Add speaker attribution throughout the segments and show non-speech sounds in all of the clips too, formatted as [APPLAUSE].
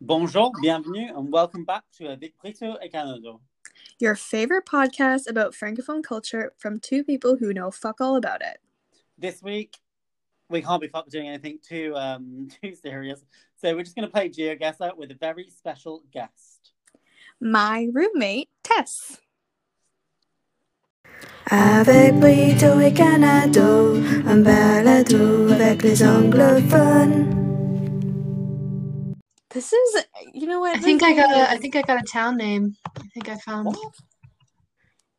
Speaker 1: Bonjour, bienvenue, and welcome back to A Big Brito et Canada.
Speaker 2: Your favorite podcast about Francophone culture from two people who know fuck all about it.
Speaker 1: This week, we can't be fucked doing anything too um, [LAUGHS] too serious, so we're just going to play GeoGuessr with a very special guest.
Speaker 2: My roommate, Tess.
Speaker 3: Avec Brito et Canado, un balado avec les anglophones.
Speaker 2: This is, you know what?
Speaker 4: I think I
Speaker 2: this
Speaker 4: got a, I
Speaker 2: is-
Speaker 4: think I got a town name. I think I found.
Speaker 1: What?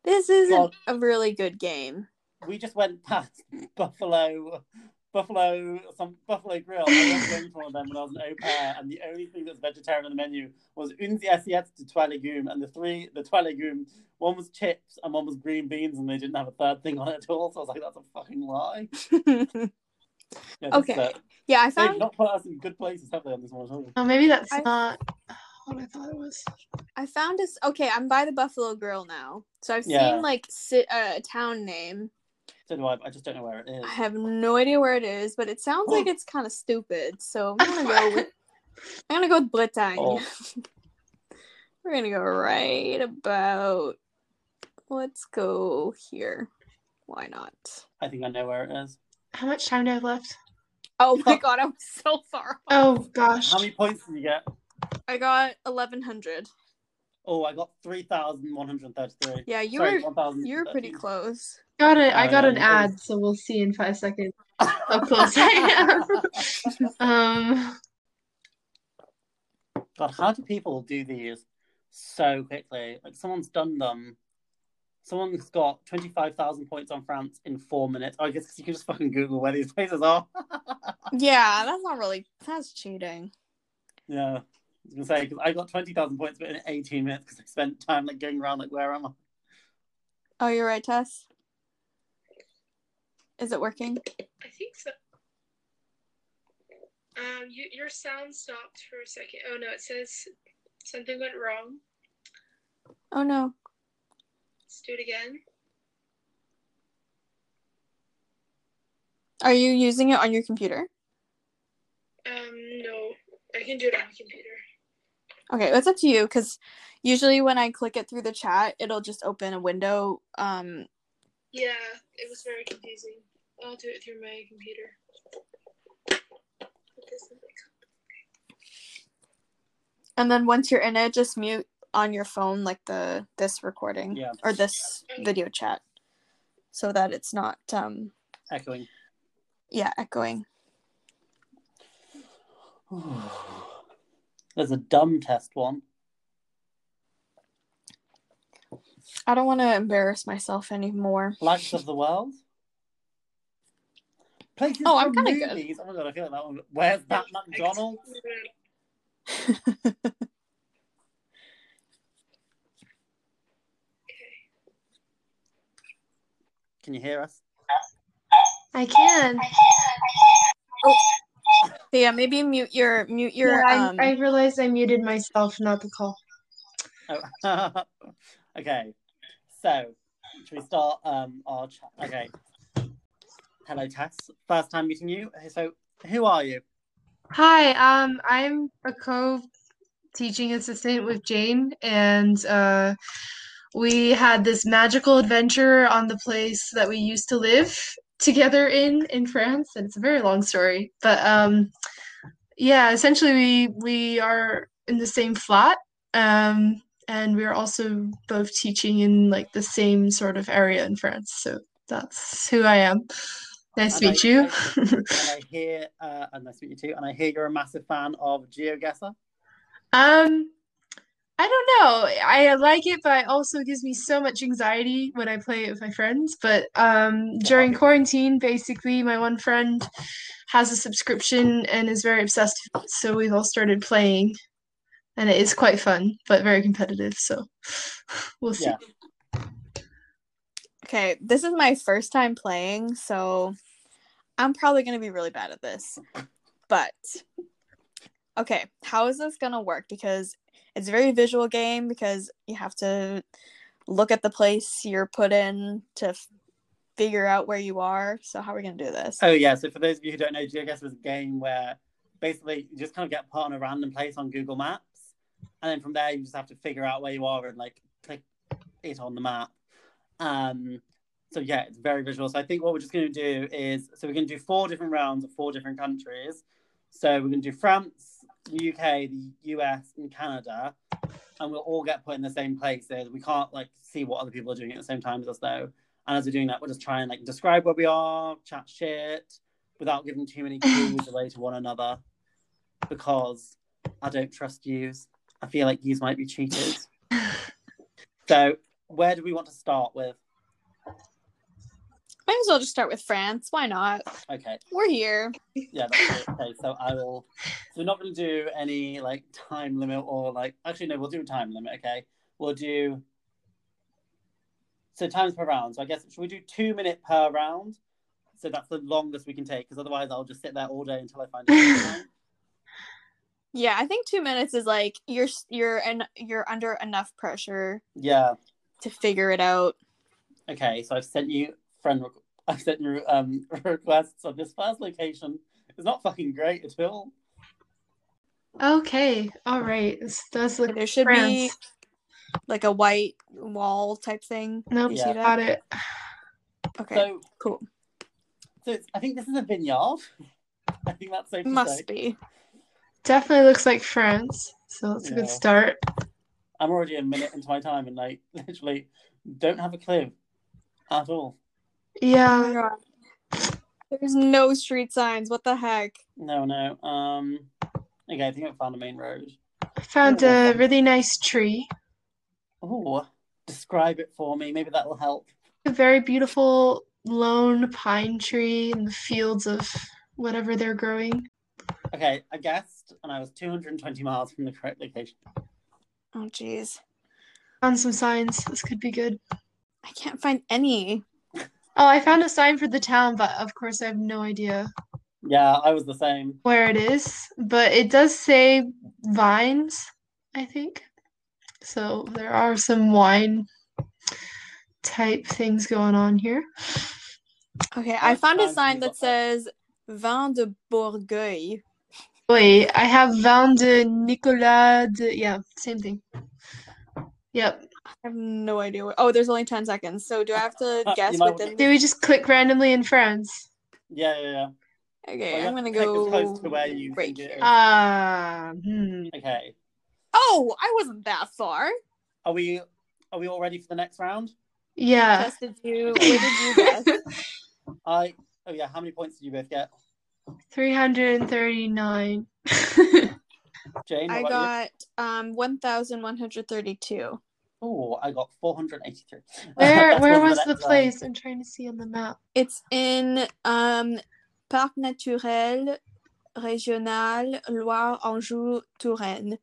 Speaker 2: this isn't
Speaker 1: Well-
Speaker 2: a really good game. [LAUGHS]
Speaker 1: We just went past [LAUGHS] Buffalo, Buffalo, some Buffalo Grill. I was going for them when I was an au pair, and the only thing that was vegetarian on the menu was une assiette de trois légumes, and the three, the trois légumes, one was chips and one was green beans, and they didn't have a third thing on it at all. So I was like, that's a fucking lie. Yeah, uh, that's
Speaker 2: Okay.
Speaker 1: it.
Speaker 2: yeah, I
Speaker 1: They've
Speaker 2: found
Speaker 1: not put us in good places, have they, on this one? have they?
Speaker 4: Oh, maybe that's
Speaker 2: I-
Speaker 4: not what I thought it was.
Speaker 2: I found this. Okay, I'm by the Buffalo Grill now, so I've
Speaker 1: Yeah.
Speaker 2: seen like si- uh, a town name.
Speaker 1: So do I, but I just don't know where it is.
Speaker 2: I have no idea where it is, but it sounds like it's kind of stupid. So I'm gonna
Speaker 4: [LAUGHS]
Speaker 2: go with I'm gonna go with Bretagne. [LAUGHS] We're gonna go right about. Let's go here. Why not?
Speaker 1: I think I know where it is.
Speaker 4: How much time do I have left?
Speaker 2: Oh my god, I'm so far. off.
Speaker 4: Oh gosh.
Speaker 1: How many points did you get?
Speaker 2: I got 1100.
Speaker 1: Oh, I got 3,133.
Speaker 2: Yeah, you
Speaker 1: Sorry,
Speaker 2: were you were pretty
Speaker 1: 1,013.
Speaker 2: close.
Speaker 4: Got it. I
Speaker 1: Oh,
Speaker 4: got
Speaker 1: yeah,
Speaker 4: an
Speaker 1: it
Speaker 4: ad,
Speaker 1: is.
Speaker 4: so we'll see in five seconds how
Speaker 2: [LAUGHS]
Speaker 4: close I am. [LAUGHS] um,
Speaker 1: [LAUGHS] God, how do people do these so quickly? Like, someone's done them. Someone's got 25,000 points on France in four minutes. Oh, I guess 'cause you can just fucking Google where these places are. [LAUGHS]
Speaker 2: Yeah, that's not really that's cheating.
Speaker 1: yeah. I was gonna say 'cause I got twenty thousand points, but in eighteen minutes because I spent time like going around like where am I?
Speaker 2: Oh, you're right, Tess. Is it working?
Speaker 5: I think so. Um, you, your sound stopped for a second. Oh no, it says something went wrong.
Speaker 2: Oh no.
Speaker 5: Let's do it again.
Speaker 2: Are you using it on your computer?
Speaker 5: Um, no, I can do it on my computer.
Speaker 2: Okay, that's up to you because usually when I click it through the chat, it'll just open a window. Um,
Speaker 5: Yeah, it was very confusing. I'll do it through my computer. Put this in my co-
Speaker 2: and then once you're in it, just mute on your phone like the this recording
Speaker 1: Yeah.
Speaker 2: or this video chat, so that it's not um
Speaker 1: Echoing.
Speaker 2: yeah echoing.
Speaker 1: [SIGHS] There's a dumb test one.
Speaker 2: I don't want to embarrass myself anymore.
Speaker 1: Flags of the World. Places
Speaker 2: Oh, I'm
Speaker 1: from
Speaker 2: kinda good.
Speaker 1: movies. Oh my god, I feel like that one. Where's that McDonald's? Can you hear us?
Speaker 4: I can.
Speaker 2: So yeah, maybe mute your mute your
Speaker 4: yeah, I,
Speaker 2: um.
Speaker 4: I realized I muted myself, not the call.
Speaker 1: Oh. [LAUGHS] okay. So, should we start um, our chat? Okay. Hello, Tess. First time meeting you. So, who are you?
Speaker 4: Hi, um, I'm a co teaching assistant with Jane, and uh, we had this magical adventure on the place that we used to live together in in France, and it's a very long story, but um, yeah, essentially we we are in the same flat, um, and we're also both teaching in like the same sort of area in France, so that's who I am. Nice to
Speaker 1: And
Speaker 4: meet
Speaker 1: I-
Speaker 4: you. [LAUGHS]
Speaker 1: And I hear, uh, and nice to meet you too. And I hear you're a massive fan of GeoGuessr.
Speaker 4: Um, I don't know. I like it, but it also gives me so much anxiety when I play it with my friends. But um, during quarantine, basically, my one friend has a subscription and is very obsessed with it, so we've all started playing, and it is quite fun, but very competitive. So [LAUGHS] we'll see.
Speaker 1: Yeah.
Speaker 2: Okay, this is my first time playing, so I'm probably going to be really bad at this. But okay, how is this going to work because it's a very visual game because you have to look at the place you're put in to f- figure out where you are. So how are we going to do this?
Speaker 1: Oh yeah. So for those of you who don't know, GeoGuessr is a game where basically you just kind of get put on a random place on Google Maps, and then from there you just have to figure out where you are and like click it on the map. Um, so yeah, it's very visual. So I think what we're just going to do is so we're going to do four different rounds of four different countries. So we're going to do France, the UK, the US, and Canada, and we'll all get put in the same places. We can't like see what other people are doing at the same time as us though. And as we're doing that, we'll just try and like describe where we are, chat shit, without giving too many clues away to one another, because I don't trust yous. I feel like yous might be cheated. so where do we want to start with?
Speaker 2: Might as well just start with France. Why not?
Speaker 1: Okay,
Speaker 2: We're here.
Speaker 1: yeah, that's it. okay. So I will. So we're not going to do any like time limit or like. Actually, no, we'll do a time limit. Okay, we'll do. So times per round. So I guess should we do two minute per round? So that's the longest we can take, because otherwise I'll just sit there all day until I find
Speaker 2: [LAUGHS]
Speaker 1: a time.
Speaker 2: Yeah, I think two minutes is like you're you're and you're under enough pressure
Speaker 1: Yeah.
Speaker 2: to figure it out.
Speaker 1: Okay. So I've sent you friend. Requ- I've sent you um [LAUGHS] requests of this first location. It's not fucking great at all.
Speaker 4: Okay, all right. This does look.
Speaker 2: There should be
Speaker 4: France.
Speaker 2: like a white wall type thing.
Speaker 4: Nope,
Speaker 2: You
Speaker 1: Yeah.
Speaker 2: see
Speaker 4: got
Speaker 2: that?
Speaker 4: it.
Speaker 2: Okay,
Speaker 1: So
Speaker 2: cool.
Speaker 1: so it's, I think this is a vineyard. [LAUGHS] I think that's safe to say.
Speaker 2: Must be.
Speaker 4: Definitely looks like France. So that's a
Speaker 1: Yeah.
Speaker 4: good start.
Speaker 1: I'm already a minute into my time and like [LAUGHS] literally don't have a clue at all.
Speaker 2: Oh my
Speaker 4: Yeah.
Speaker 2: God. There's no street signs. What the heck?
Speaker 1: No, no. Um okay, I think I found a main road.
Speaker 4: I found
Speaker 1: Yeah.
Speaker 4: a really nice tree.
Speaker 1: Oh describe it for me. Maybe that'll help.
Speaker 4: A very beautiful lone pine tree in the fields of whatever they're growing.
Speaker 1: Okay, I guessed and I was 220 miles from the correct location.
Speaker 2: Oh jeez,
Speaker 4: Found some signs. This could be good.
Speaker 2: I can't find any.
Speaker 4: Oh, I found a sign for the town, but of course I have no idea
Speaker 1: Yeah, I was the same.
Speaker 4: where it is. But it does say vines, I think. So there are some wine type things going on here.
Speaker 2: Okay, I
Speaker 1: What
Speaker 2: found
Speaker 1: signs have
Speaker 2: a sign
Speaker 1: you
Speaker 2: that
Speaker 1: got there?
Speaker 2: says "Vin de Bourgueil."
Speaker 4: Wait, I have vin de Nicolas de yeah, same thing. Yep.
Speaker 2: I have no idea. What... Oh, there's only ten seconds. So do I have to
Speaker 1: [LAUGHS] You
Speaker 2: guess
Speaker 1: might want
Speaker 2: within?
Speaker 4: Do we just click randomly in France?
Speaker 1: Yeah, yeah, yeah.
Speaker 2: Okay,
Speaker 1: Well, you have
Speaker 2: I'm gonna
Speaker 1: to pick as
Speaker 2: go
Speaker 1: close to where you
Speaker 2: right
Speaker 1: think it
Speaker 2: here.
Speaker 1: is.
Speaker 4: Ah, hmm.
Speaker 1: Okay.
Speaker 2: oh, I wasn't that far. [LAUGHS]
Speaker 1: Are we are we all ready for the next round?
Speaker 4: Yeah.
Speaker 2: Tested you. Where did
Speaker 1: [LAUGHS]
Speaker 2: you
Speaker 4: [LAUGHS]
Speaker 2: guess?
Speaker 1: I oh yeah, how many points did you both get? [LAUGHS]
Speaker 4: 339.
Speaker 1: Jane, what
Speaker 2: I
Speaker 1: about you?
Speaker 2: got um 1,132.
Speaker 1: Oh, I got 483. [LAUGHS]
Speaker 4: Where
Speaker 1: That's
Speaker 4: where
Speaker 1: one of
Speaker 4: was the
Speaker 1: next round.
Speaker 4: place? I'm trying to see on the map.
Speaker 2: It's in um Parc Naturel Régional Loire Anjou Touraine.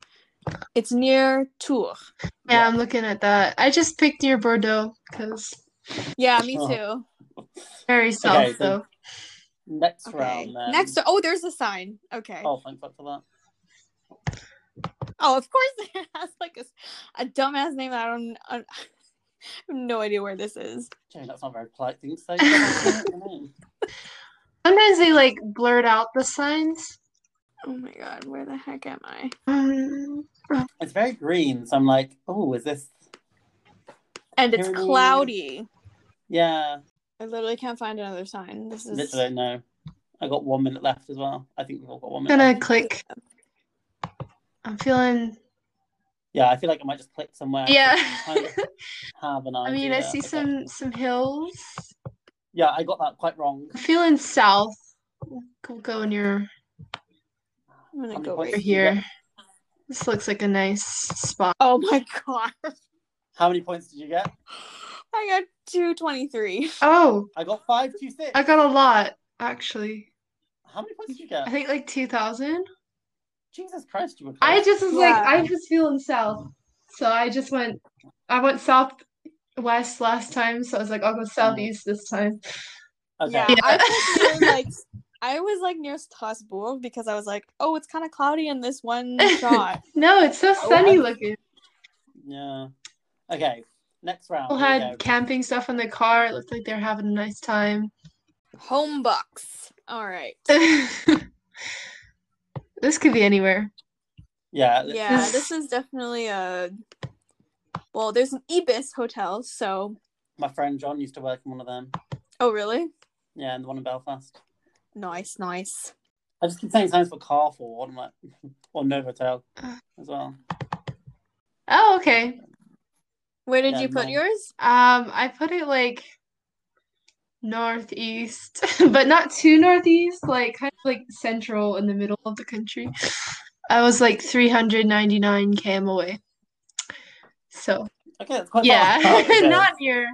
Speaker 2: It's near Tours.
Speaker 4: Yeah,
Speaker 1: Yeah.
Speaker 4: I'm looking at that. I just picked near Bordeaux because
Speaker 2: Yeah, me
Speaker 1: Oh,
Speaker 2: too.
Speaker 4: very south
Speaker 1: so-
Speaker 4: though.
Speaker 1: Next
Speaker 2: Okay.
Speaker 1: round then.
Speaker 2: Next oh there's a sign. Okay.
Speaker 1: Oh, thanks for that.
Speaker 2: Oh, of course [LAUGHS] it has like a, s- a dumbass name. I don't. I don't- [LAUGHS] I have no idea where this is.
Speaker 1: Jane, that's not a very polite thing to say.
Speaker 4: [LAUGHS]
Speaker 1: okay,
Speaker 4: Sometimes they like blurt out the signs.
Speaker 2: Oh my god, where the heck am I?
Speaker 4: Um,
Speaker 1: it's very green, so I'm like, oh, is this?
Speaker 2: And it's
Speaker 1: Pyrenees?
Speaker 2: cloudy.
Speaker 1: Yeah,
Speaker 2: I literally can't find another sign. This is
Speaker 1: literally no. I got one minute left as well. I think we've all got one minute.
Speaker 4: I'm gonna
Speaker 1: Left.
Speaker 4: click. I'm feeling
Speaker 1: Yeah, I feel like I might just click somewhere. to [LAUGHS]
Speaker 4: yeah.
Speaker 1: kind of have an
Speaker 4: [LAUGHS] I
Speaker 1: idea.
Speaker 4: mean, I see
Speaker 1: Okay.
Speaker 4: some some hills.
Speaker 1: Yeah, I got that quite wrong.
Speaker 4: I'm feeling south. We'll go near
Speaker 2: I'm gonna
Speaker 1: How many
Speaker 2: go
Speaker 1: points did
Speaker 2: right.
Speaker 4: near
Speaker 2: Here.
Speaker 1: you get?
Speaker 4: here. This looks like a nice spot.
Speaker 2: Oh my [LAUGHS] god,
Speaker 1: How many points did you get?
Speaker 2: I got two twenty three.
Speaker 4: Oh,
Speaker 1: I got five, two, six.
Speaker 4: I got a lot actually.
Speaker 1: How many points did you
Speaker 4: I
Speaker 1: get?
Speaker 4: think like two thousand.
Speaker 1: Jesus Christ, you were close.
Speaker 4: I just was like,
Speaker 2: Yeah.
Speaker 4: I was feeling south, so I just went. I went southwest last time, so I was like, I'll go southeast this time.
Speaker 1: Okay.
Speaker 2: Yeah,
Speaker 4: Yeah.
Speaker 2: I
Speaker 4: [LAUGHS]
Speaker 2: was near, like I was like near Strasbourg because I was like, oh, it's kind of cloudy in this one
Speaker 4: [LAUGHS]
Speaker 2: shot.
Speaker 4: No, it's so
Speaker 1: Oh,
Speaker 4: sunny
Speaker 1: I-
Speaker 4: looking.
Speaker 1: Yeah. Okay. Next round.
Speaker 4: People
Speaker 1: here we
Speaker 4: had
Speaker 1: go.
Speaker 4: camping stuff in the car. It looked like they're having a nice time. [LAUGHS]
Speaker 2: Home bucks. All right.
Speaker 4: I This could be anywhere.
Speaker 1: Yeah.
Speaker 2: Yeah,
Speaker 4: [LAUGHS]
Speaker 2: this is definitely a. Well, there's an Ibis hotel, so.
Speaker 1: [LAUGHS] My friend John used to work in one of them.
Speaker 2: Oh, really?
Speaker 1: Yeah, and the one in Belfast.
Speaker 2: Nice, nice.
Speaker 1: I just keep saying signs for Carrefour and I'm like, [LAUGHS] or Novotel as well.
Speaker 4: Oh, okay.
Speaker 2: Where did
Speaker 1: Yeah,
Speaker 2: you put
Speaker 1: no.
Speaker 2: yours?
Speaker 4: Um, I put it like northeast, [LAUGHS] but not too northeast, like kind of like central in the middle of the country. I was like 399 km away. So,
Speaker 1: Okay, that's quite
Speaker 4: yeah, [LAUGHS]
Speaker 1: far. Okay.
Speaker 4: not near,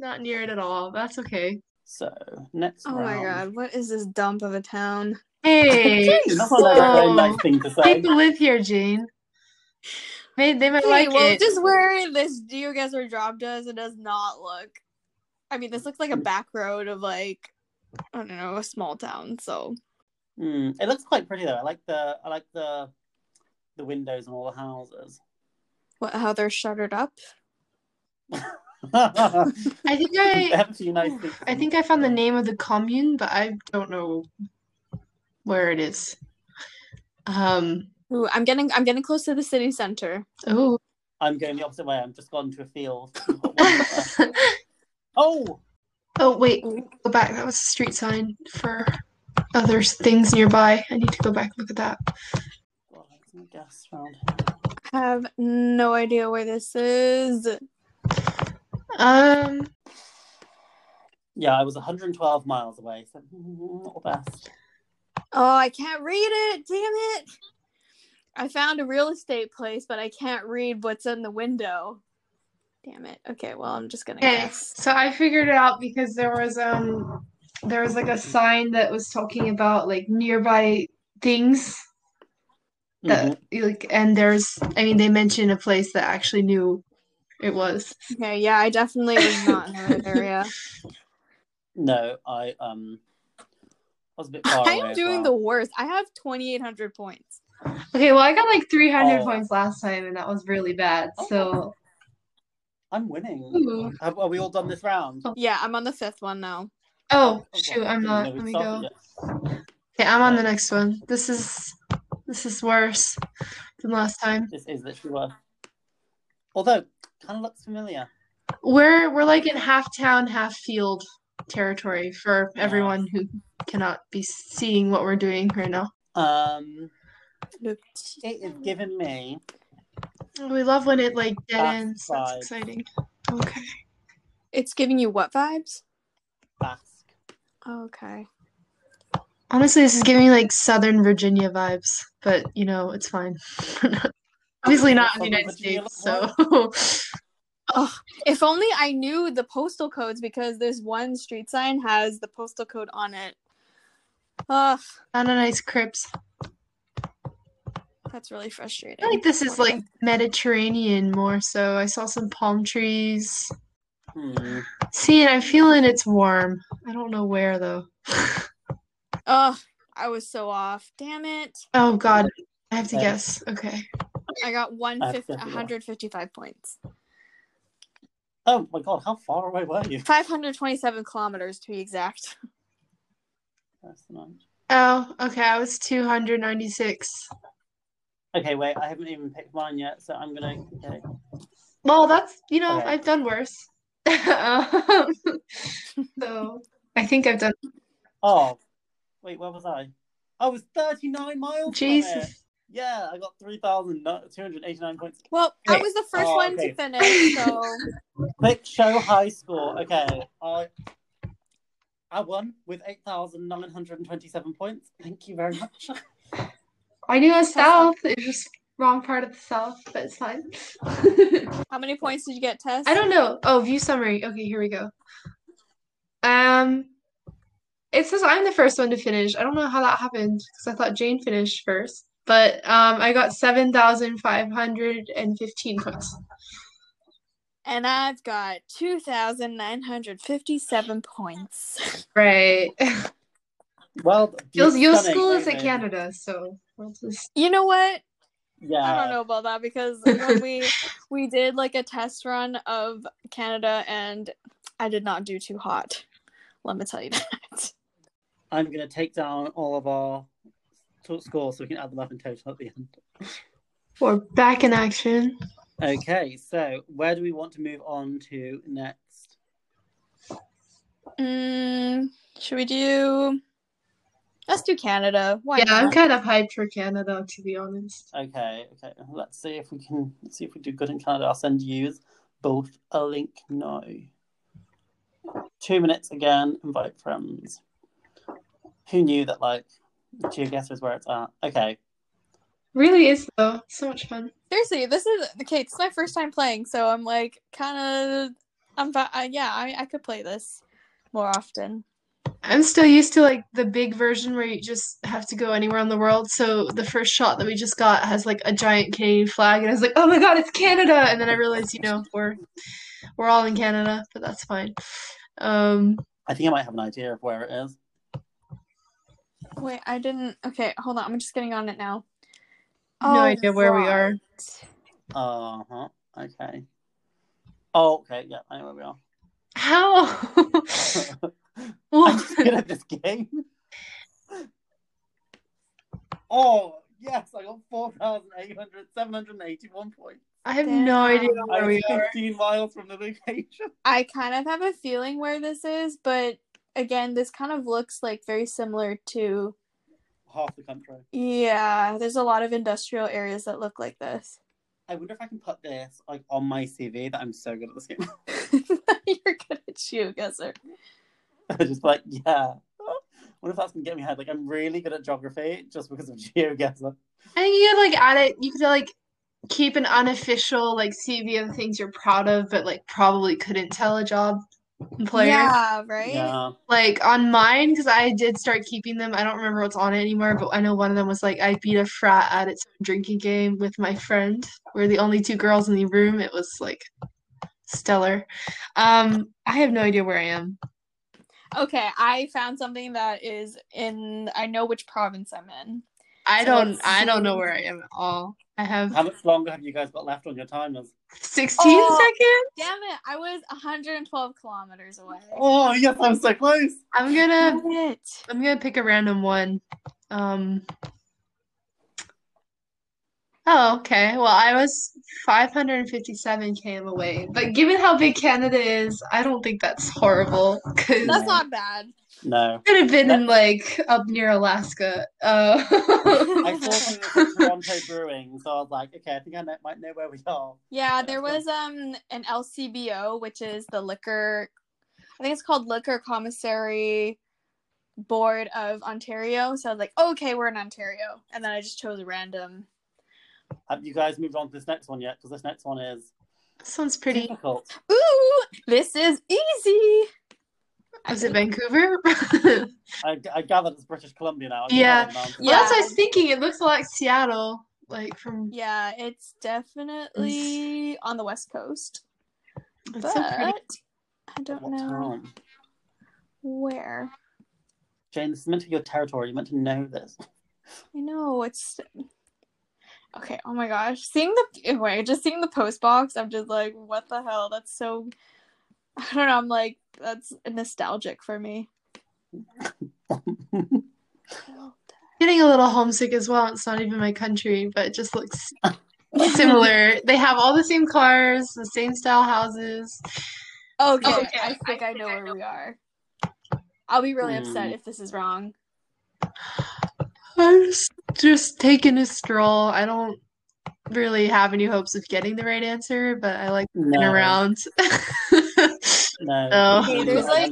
Speaker 4: not near it at all. That's okay.
Speaker 1: So next
Speaker 2: Oh
Speaker 1: round.
Speaker 2: my god, what is this dump of a town?
Speaker 4: Hey,
Speaker 1: That's not a very nice
Speaker 4: so
Speaker 1: thing to say.
Speaker 4: people live here, Jane. They, they might
Speaker 2: Hey,
Speaker 4: like
Speaker 2: well,
Speaker 4: it.
Speaker 2: just where this geoguessr job does, it does not look. I mean, this looks like a back road of like, I don't know, a small town. So
Speaker 1: Mm, it looks quite pretty though. I like the I like the the windows and all the houses.
Speaker 2: what? How they're shuttered up?
Speaker 1: [LAUGHS] they
Speaker 4: I think I,
Speaker 1: have a few nice things.
Speaker 4: I think I found the name of the commune, but I don't know where it is. Um.
Speaker 2: Ooh, I'm getting, I'm getting close to the city center.
Speaker 4: Oh. [LAUGHS]
Speaker 1: I'm going the opposite way. I'm just gone to a field. [LAUGHS] I've got
Speaker 4: [LAUGHS]
Speaker 1: one- oh,
Speaker 4: oh wait, go back. That was a street sign for other things nearby. I need to go back and look at that.
Speaker 1: God, there's no gas round
Speaker 2: I have no idea where this is.
Speaker 4: Um.
Speaker 1: Yeah, I was 112 miles away. So mm, not the best.
Speaker 2: Oh, I can't read it. Damn it. I found a real estate place, but I can't read what's in the window. Damn it. Okay, well, I'm just gonna
Speaker 4: Okay,
Speaker 2: guess.
Speaker 4: so I figured it out because there was um there was like a sign that was talking about like nearby things
Speaker 1: Mhm.
Speaker 4: that like and there's I mean they mentioned a place that actually knew it was.
Speaker 2: Okay, yeah, I definitely was not in
Speaker 4: [LAUGHS]
Speaker 2: the right area.
Speaker 1: No, I um, I was a bit far
Speaker 2: I
Speaker 1: away
Speaker 2: am
Speaker 1: as
Speaker 2: doing the
Speaker 1: well.
Speaker 2: worst. I have 2,800 points.
Speaker 4: Okay, well I got like 300
Speaker 1: Oh.
Speaker 4: points last time and that was really bad. So
Speaker 1: I'm winning.
Speaker 4: Ooh.
Speaker 1: Have, are we all done this round?
Speaker 2: Yeah, I'm on the fifth one now.
Speaker 4: oh
Speaker 1: Oh,
Speaker 4: shoot,
Speaker 1: God,
Speaker 4: I'm
Speaker 1: didn't
Speaker 4: not.
Speaker 1: know we
Speaker 4: Let me go.
Speaker 1: started yet.
Speaker 4: Okay, I'm on the next one. This is this is worse than last time.
Speaker 1: This is literally worth. Although, kind of looks familiar.
Speaker 4: We're we're like in half town, half field territory for everyone who cannot be seeing what we're doing right now.
Speaker 1: Um, it is giving me.
Speaker 4: We love when it like dead
Speaker 1: That's
Speaker 4: ends.
Speaker 1: vibes.
Speaker 4: That's exciting. Okay.
Speaker 2: It's giving you what vibes?
Speaker 1: Basque.
Speaker 2: Okay.
Speaker 4: Honestly, this is giving me like Southern Virginia vibes, but you know it's fine. [LAUGHS] Obviously not in the
Speaker 1: Southern
Speaker 4: United
Speaker 1: Virginia
Speaker 4: States,
Speaker 1: looks
Speaker 4: so [LAUGHS]
Speaker 2: Oh, if only I knew the postal codes because this one street sign has the postal code on it. Ugh,
Speaker 4: not a nice crypts.
Speaker 2: that's really
Speaker 4: I feel
Speaker 2: frustrating.
Speaker 4: like this is like Mediterranean more so. I saw some palm trees.
Speaker 1: Hmm.
Speaker 4: See, and I'm feeling it's warm. I don't know where though.
Speaker 2: Ugh, I was so off. Damn it.
Speaker 4: Oh God, I have to
Speaker 1: Okay.
Speaker 4: guess. Okay.
Speaker 2: I got one
Speaker 1: That's
Speaker 2: fif-
Speaker 1: definitely off.
Speaker 2: 155 points.
Speaker 1: Oh my god, how far away were you?
Speaker 2: 527 kilometers to be exact. [LAUGHS]
Speaker 1: That's the night.
Speaker 4: Oh, okay. I was 296.
Speaker 1: Okay, wait, I haven't even picked mine yet, so I'm gonna. Okay.
Speaker 4: Well, that's you know
Speaker 1: Okay.
Speaker 4: I've done worse. [LAUGHS] Um, [LAUGHS] so I think I've done.
Speaker 1: Oh, wait, where was I? I was 39 miles. from it.
Speaker 4: Jesus.
Speaker 1: Yeah, I got 3,289 points.
Speaker 2: Well, I
Speaker 4: Wait.
Speaker 2: was the first
Speaker 1: Oh,
Speaker 2: one
Speaker 1: okay.
Speaker 2: to
Speaker 1: [LAUGHS]
Speaker 2: finish, so
Speaker 1: Quick show high score. Okay, I. I won with 8,927 points. Thank you very much.
Speaker 4: I knew it was south. It was just wrong part of the south, but it's fine. [LAUGHS] I
Speaker 2: how many points did you get, Tess?
Speaker 4: don't know. Oh, view summary. Okay, here we go. Um, it says I'm the first one to finish. I don't know how that happened because I thought Jane finished first, but um, I got 7,515 points.
Speaker 2: And I've got 2,957 points. [LAUGHS]
Speaker 4: Right.
Speaker 1: Well,
Speaker 4: Your, your
Speaker 1: stunning,
Speaker 4: school is in
Speaker 1: amazing.
Speaker 4: Canada, so we'll just.
Speaker 2: You know what?
Speaker 1: Yeah.
Speaker 2: I don't know about that
Speaker 4: [LAUGHS]
Speaker 2: because when we we did like a test run of Canada and I did not do too hot. Let me tell you [LAUGHS] that.
Speaker 1: I'm gonna take down all of our to score so we can add them up in total at the end.
Speaker 4: We're back in action.
Speaker 1: Okay, so where do we want to move on to next?
Speaker 2: Mm, should we do? Let's do Canada. Why
Speaker 4: yeah, I'm
Speaker 2: not?
Speaker 4: kind of hyped for Canada, to be honest.
Speaker 1: Okay, okay. Let's see if we can let's see if we do good in Canada. I'll send you both a link now. Two minutes again, invite friends. Who knew that like GeoGuessr is where it's at? Okay.
Speaker 4: Really is though. So much fun.
Speaker 2: Seriously, this is okay. It's my first time playing, so I'm like kind of. I'm va- I, yeah. I I could play this more often.
Speaker 4: I'm still used to like the big version where you just have to go anywhere in the world. So the first shot that we just got has like a giant Canadian flag, and I was like, "Oh my god, it's Canada!" And then I realized, you know, we're we're all in Canada, but that's fine. Um,
Speaker 1: I think I might have an idea of where it is.
Speaker 2: Wait, I didn't. Okay, hold on. I'm just getting on it now. Oh,
Speaker 4: no idea where we are.
Speaker 1: Uh huh. Okay. Oh, okay. Yeah, I know where we are.
Speaker 4: How? [LAUGHS]
Speaker 1: I'm
Speaker 4: Well,
Speaker 1: just good at this game. [LAUGHS] Oh, yes, I got 4,800, 781 points.
Speaker 4: I have no idea
Speaker 2: Damn.
Speaker 1: I
Speaker 4: where
Speaker 1: was
Speaker 4: we are.
Speaker 1: 15 miles from the location.
Speaker 2: I kind of have a feeling where this is, but again, this kind of looks like very similar to.
Speaker 1: [LAUGHS] Half the country.
Speaker 2: Yeah, there's a lot of industrial areas that look like this. [LAUGHS]
Speaker 1: I wonder if I can put this like on my CV that I'm so good at this game. [LAUGHS]
Speaker 2: You're good at geoguessr.
Speaker 1: just like, yeah. What if that's gonna get me ahead? Like, I'm really good at geography just because of [LAUGHS] GeoGuessr.
Speaker 4: I think you could like add it. You could like keep an unofficial like CV of the things you're proud of, but like probably couldn't tell a job employer.
Speaker 2: Yeah, right.
Speaker 1: Yeah.
Speaker 4: Like on mine, because I did start keeping them. I don't remember what's on it anymore, but I know one of them was like I beat a frat at its drinking game with my friend. We're the only two girls in the room. It was like stellar. Um, I have no idea where I am.
Speaker 2: Okay, I found something that is in. I know which province I'm in.
Speaker 4: I
Speaker 2: So
Speaker 4: don't.
Speaker 2: let's
Speaker 4: I don't know
Speaker 2: see.
Speaker 4: where I am at all. I have
Speaker 1: How much longer have you guys got left on your timers?
Speaker 4: 16
Speaker 2: Oh.
Speaker 4: seconds.
Speaker 2: Damn it! I was 112 kilometers away.
Speaker 1: Oh, yes, I'm so close.
Speaker 4: I'm gonna
Speaker 2: Damn it.
Speaker 4: I'm gonna pick a random one. Um. Oh, okay. Well, I was 557 km away, but given how big Canada is, I don't think that's horrible. Cause
Speaker 2: That's not bad.
Speaker 1: No.
Speaker 4: could have been in like up near Alaska.
Speaker 2: [LAUGHS]
Speaker 4: Uh,
Speaker 1: I saw something that said Toronto Brewing, so I was like, okay, I think I know, might know where we are.
Speaker 2: Yeah,
Speaker 1: Yeah,
Speaker 2: there
Speaker 1: that's
Speaker 2: was um an LCBO, which is the liquor I think it's called Liquor Commissary Board of Ontario. So I was like, okay, we're in Ontario. And then I just chose a random.
Speaker 1: Have you guys moved on to this next one yet? Because this next one is
Speaker 4: [LAUGHS] sounds pretty.
Speaker 1: difficult.
Speaker 2: Ooh, this is easy.
Speaker 4: Was it Vancouver? [LAUGHS] well,
Speaker 1: I, I gather it's British Columbia now.
Speaker 4: Yeah.
Speaker 2: Yeah.
Speaker 4: that's what I was thinking. It looks like Seattle, like from.
Speaker 2: Yeah, it's definitely on the west coast. But
Speaker 4: It's so pretty.
Speaker 2: I don't
Speaker 1: What
Speaker 2: know
Speaker 1: town?
Speaker 2: where.
Speaker 1: Jane, this is meant to be your territory. You're meant to know this. [LAUGHS]
Speaker 2: I know it's okay. Oh my gosh, seeing the wait, just seeing the post box, I'm just like, what the hell? That's so. [LAUGHS] I don't know. I'm like, that's nostalgic for me. [LAUGHS]
Speaker 4: Getting a little homesick as well. It's not even my country, but it just looks [LAUGHS] similar. They have all the same cars, the same style houses.
Speaker 2: Okay,
Speaker 4: Okay,
Speaker 2: I think I, know where we are. I'll be really upset
Speaker 1: Hmm.
Speaker 2: if this is wrong.
Speaker 4: I'm s- just taking a stroll. I don't really have any hopes of getting the right answer, but I like looking
Speaker 1: No.
Speaker 4: around. [LAUGHS]
Speaker 1: No.
Speaker 4: Oh.
Speaker 2: Okay, there's like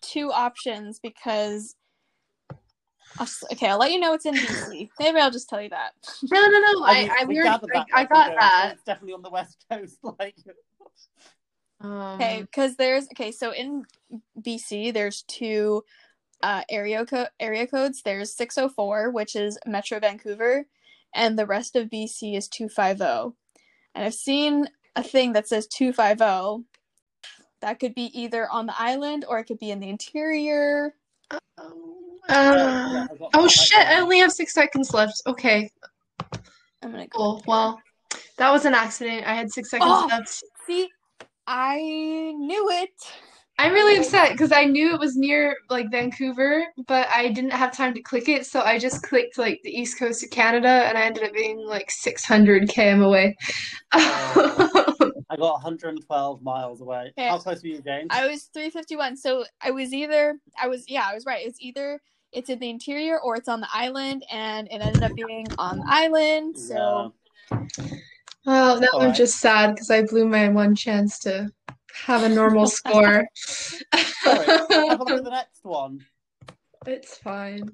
Speaker 2: two options because. I'll s- Okay, I'll let you know it's in BC. Maybe I'll just tell you that. [LAUGHS]
Speaker 4: No, no, no.
Speaker 1: I,
Speaker 4: I,
Speaker 1: mean,
Speaker 4: I,
Speaker 1: Oh, we
Speaker 4: we already-
Speaker 1: gathered
Speaker 4: I,
Speaker 1: that.
Speaker 4: I
Speaker 1: from
Speaker 4: got
Speaker 1: going,
Speaker 4: that.
Speaker 1: It's definitely on the west coast. [LAUGHS]
Speaker 2: [SIGHS]
Speaker 1: Like,
Speaker 2: Okay,
Speaker 4: Um,
Speaker 2: because there's okay. So in BC, there's two uh, area co- area codes. There's 604, which is Metro Vancouver, and the rest of BC is 250. And I've seen a thing that says 250. That could be either on the island or it could be in the interior.
Speaker 4: uh,
Speaker 1: I got
Speaker 4: oh
Speaker 1: that.
Speaker 4: shit! I only have six seconds left. Okay,
Speaker 2: I'm gonna go.
Speaker 4: cool. Well, that was an accident. I had six seconds
Speaker 2: Oh.
Speaker 4: left.
Speaker 2: See, I knew it.
Speaker 4: I'm really upset because I knew it was near like Vancouver, but I didn't have time to click it, so I just clicked like the east coast of Canada, and I ended up being like 600 km away. [LAUGHS]
Speaker 1: I got 112 miles away.
Speaker 2: Okay.
Speaker 1: How close were you, Jane?
Speaker 2: I was 351. So I was either I was yeah, I was right. It's either it's in the interior or it's on the island and it ended up being on the island. So
Speaker 4: Well, now I'm
Speaker 1: Alright.
Speaker 4: just sad because I blew my one chance to have a normal score. [LAUGHS]
Speaker 1: Sorry. Have a
Speaker 2: [LAUGHS]
Speaker 1: look at the next one.
Speaker 4: It's fine.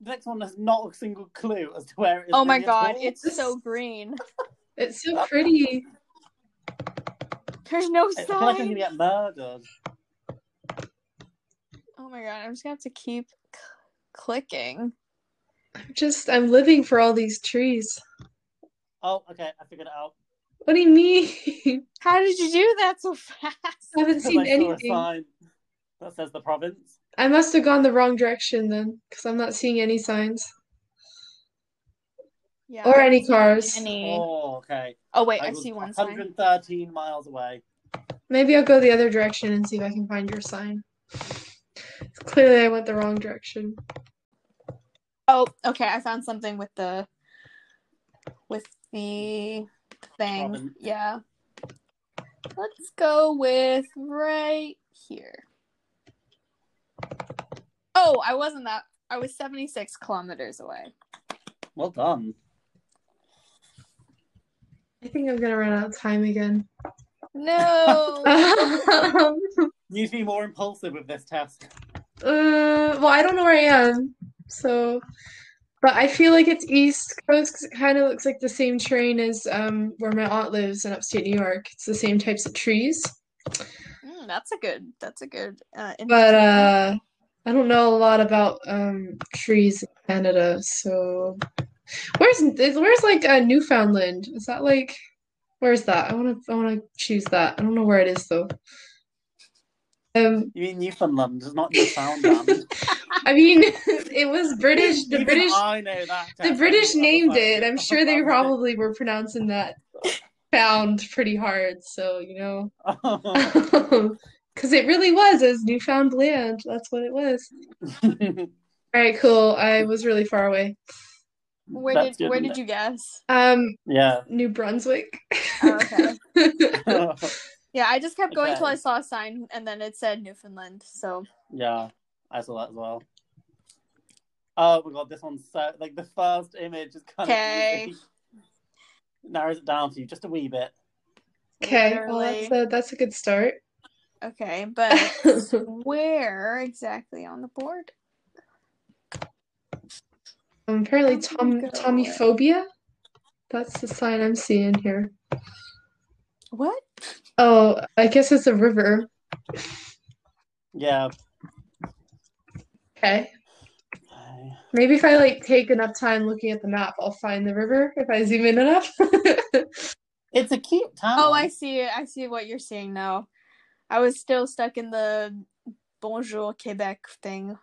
Speaker 1: The next one has not a single clue as to where it is.
Speaker 2: Oh my
Speaker 1: really at
Speaker 2: god,
Speaker 1: all.
Speaker 2: it's so
Speaker 1: [LAUGHS]
Speaker 2: green.
Speaker 4: It's so pretty.
Speaker 2: There's no
Speaker 1: I feel like I'm gonna
Speaker 2: sign.
Speaker 1: get murdered.
Speaker 2: Oh my god, I'm just gonna have to keep c- clicking.
Speaker 4: I'm just I'm living for all these trees.
Speaker 1: Oh, okay, I figured it out.
Speaker 4: What do you mean? [LAUGHS]
Speaker 2: How did you do that so [LAUGHS] fast?
Speaker 4: I haven't
Speaker 1: Because
Speaker 4: seen
Speaker 1: I saw a
Speaker 4: anything.
Speaker 1: sign that says the province.
Speaker 4: I must have gone the wrong direction then, because I'm not seeing any signs
Speaker 2: Yeah.
Speaker 4: or any cars.
Speaker 2: Any-
Speaker 1: Oh, okay.
Speaker 2: Oh wait, I,
Speaker 1: was
Speaker 2: see one sign.
Speaker 1: 113 miles away.
Speaker 4: Maybe I'll go the other direction and see if I can find your sign. Clearly, I went the wrong direction.
Speaker 2: Oh, okay, I found something with the with the thing.
Speaker 1: Robin.
Speaker 2: Yeah. Let's go with right here. Oh, I wasn't that. I was 76 kilometers away.
Speaker 1: Well done.
Speaker 4: I think I'm gonna run out of time again.
Speaker 1: [LAUGHS]
Speaker 2: No.
Speaker 4: um,
Speaker 1: You need to be more impulsive with this test.
Speaker 4: Uh, well, I don't know where I am, so, but I feel like it's East Coast 'cause it kind of looks like the same terrain as um where my aunt lives in upstate New York. It's the same types of trees,
Speaker 2: Mm, that's a good. That's a good. Uh, in-
Speaker 4: but uh, I don't know a lot about um trees in Canada. So, where's is- where's like uh, Newfoundland? Is that like where's that? I want to I want to choose that. I don't know where it is though. Um,
Speaker 1: You mean Newfoundland, it's not
Speaker 4: [LAUGHS]
Speaker 1: Newfoundland.
Speaker 4: I mean, [LAUGHS] it was British. The
Speaker 1: Even
Speaker 4: British.
Speaker 1: I know that.
Speaker 4: The
Speaker 1: test.
Speaker 4: British
Speaker 1: I'm
Speaker 4: named
Speaker 1: like,
Speaker 4: it. I'm sure they
Speaker 1: Newfoundland.
Speaker 4: probably were pronouncing that found pretty hard. So, you know,
Speaker 1: [LAUGHS] Oh.
Speaker 4: [LAUGHS] because it really was as Newfoundland. That's what it was. All right, cool. I was really far away.
Speaker 2: where
Speaker 1: That's
Speaker 2: did
Speaker 1: good,
Speaker 2: Where
Speaker 1: isn't
Speaker 2: did
Speaker 1: [LAUGHS]
Speaker 2: you guess?
Speaker 4: Um,
Speaker 1: Yeah.
Speaker 4: New Brunswick. [LAUGHS]
Speaker 2: Oh, okay.
Speaker 1: yeah.
Speaker 2: Yeah, I just kept going
Speaker 1: Okay.
Speaker 2: till I saw a sign, and then it said Newfoundland. So
Speaker 1: I saw that as well. Oh my god, this one's so like the first image is kind
Speaker 2: Okay.
Speaker 1: of really- narrows it down for you just a wee bit.
Speaker 4: Okay, well that's
Speaker 2: Literally-
Speaker 4: a that's a good start.
Speaker 2: okay, but
Speaker 4: [LAUGHS]
Speaker 2: where exactly on the board?
Speaker 4: Um, apparently,
Speaker 2: I'm
Speaker 4: Tom
Speaker 2: gonna go
Speaker 4: Tommyphobia. That's the sign I'm seeing here.
Speaker 2: What?
Speaker 4: Oh, I guess it's a river.
Speaker 1: Yeah.
Speaker 4: Okay.
Speaker 1: Okay.
Speaker 4: Maybe if I like take enough time looking at the map, I'll find the river if I zoom in enough. [LAUGHS]
Speaker 1: It's a cute town.
Speaker 2: Oh, I see it. I see what you're seeing now. I was still stuck in the bonjour Quebec thing.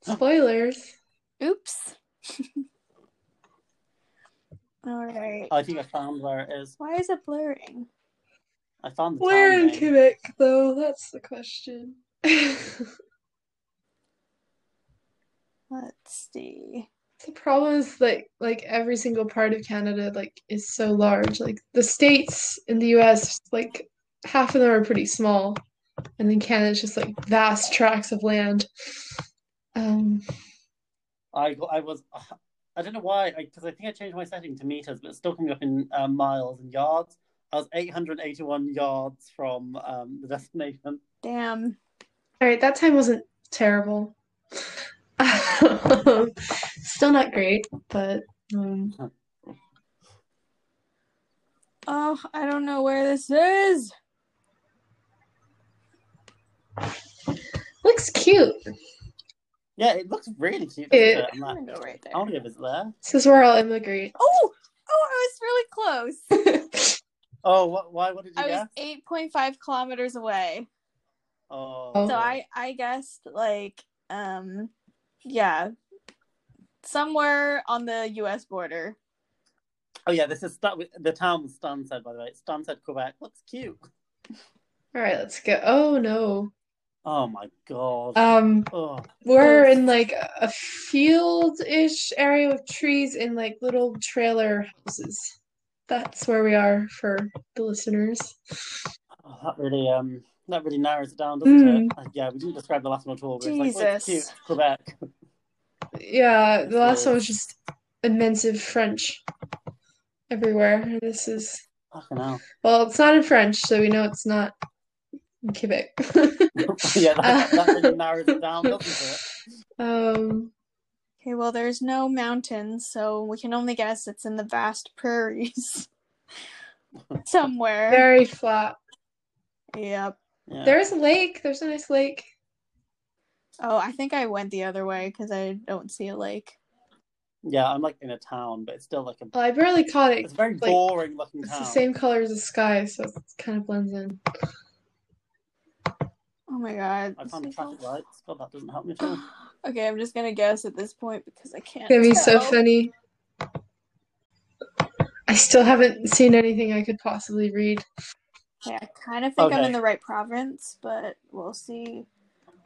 Speaker 4: Spoilers.
Speaker 2: Oops. [LAUGHS] All right.
Speaker 1: [LAUGHS] I think I found where it is.
Speaker 2: Why is it blurring?
Speaker 1: I found the
Speaker 4: Where
Speaker 1: town
Speaker 4: in
Speaker 1: name.
Speaker 4: Quebec, though? That's the question. [LAUGHS] the
Speaker 2: Let's see.
Speaker 4: problem is like like every single part of Canada like is so large. Like the states in the U.S. like half of them are pretty small, and then Canada's just like vast tracts of land. Um,
Speaker 1: I go- I was [SIGHS] I don't know why because I, think I changed my setting to meters, but it's still coming up in uh, miles and yards. I was 881 yards from um, the destination.
Speaker 2: Damn.
Speaker 4: all right, that time wasn't terrible. [LAUGHS] Um, Still not great, but um,
Speaker 2: Oh, I don't know where this is.
Speaker 4: Looks cute.
Speaker 1: Yeah, it looks really cute. doesn't
Speaker 4: It-
Speaker 1: it? I'm
Speaker 2: I'm
Speaker 1: like,
Speaker 2: gonna go right there.
Speaker 1: I want to go visit there.
Speaker 4: This is where I'll immigrate.
Speaker 2: Oh, oh, I was really close.
Speaker 1: Oh, what? Why? What did you
Speaker 2: I
Speaker 1: guess?
Speaker 2: was 8.5 kilometers away.
Speaker 1: Oh,
Speaker 2: So I I guessed like um yeah somewhere on the US border.
Speaker 1: oh yeah, this is Stan- the town was Stansted, by the way. It's Stansted, Quebec. Looks cute.
Speaker 4: [LAUGHS] All right, let's go. Oh no.
Speaker 1: Oh my god.
Speaker 4: Um,
Speaker 1: oh.
Speaker 4: we're in like a field-ish area with trees and like little trailer houses. That's where we are for the listeners.
Speaker 1: Oh, that really um that really narrows it down, doesn't
Speaker 4: Mm.
Speaker 1: it? Uh, Yeah, we didn't describe the last one at all. We were just like, oh, it's cute,
Speaker 2: Jesus.
Speaker 1: it's Quebec.
Speaker 4: Yeah, the last
Speaker 1: Yes.
Speaker 4: one was just immense of French everywhere. This is
Speaker 1: Fucking hell.
Speaker 4: well, it's not in French, so we know it's not in Quebec.
Speaker 1: [LAUGHS] yeah, that,
Speaker 4: Uh.
Speaker 1: that really narrows it down, doesn't it?
Speaker 4: [LAUGHS] Um,
Speaker 2: Okay, well, there's no mountains, so we can only guess it's in the vast [LAUGHS] prairies somewhere.
Speaker 4: very flat.
Speaker 2: Yep.
Speaker 1: Yeah.
Speaker 4: There's a lake. There's a nice lake.
Speaker 2: Oh, I think I went the other way because I don't see a lake.
Speaker 1: yeah, I'm like in a town, but it's still like a
Speaker 4: Well, I barely caught it.
Speaker 1: it's a very
Speaker 4: like,
Speaker 1: boring looking
Speaker 4: It's
Speaker 1: town.
Speaker 4: the same color as the sky, so it kind of blends in.
Speaker 2: Oh my god.
Speaker 1: I
Speaker 2: this
Speaker 1: found the
Speaker 2: is
Speaker 1: traffic
Speaker 2: [SIGHS]
Speaker 1: lights. God, that doesn't help me at all.
Speaker 4: [SIGHS]
Speaker 2: all- Okay, I'm just gonna guess at this point because I can't.
Speaker 4: It's gonna be so
Speaker 2: tell.
Speaker 4: funny. I still haven't seen anything I could possibly read.
Speaker 2: Okay, I kind of think I'm
Speaker 1: Okay.
Speaker 2: in the right province, but we'll see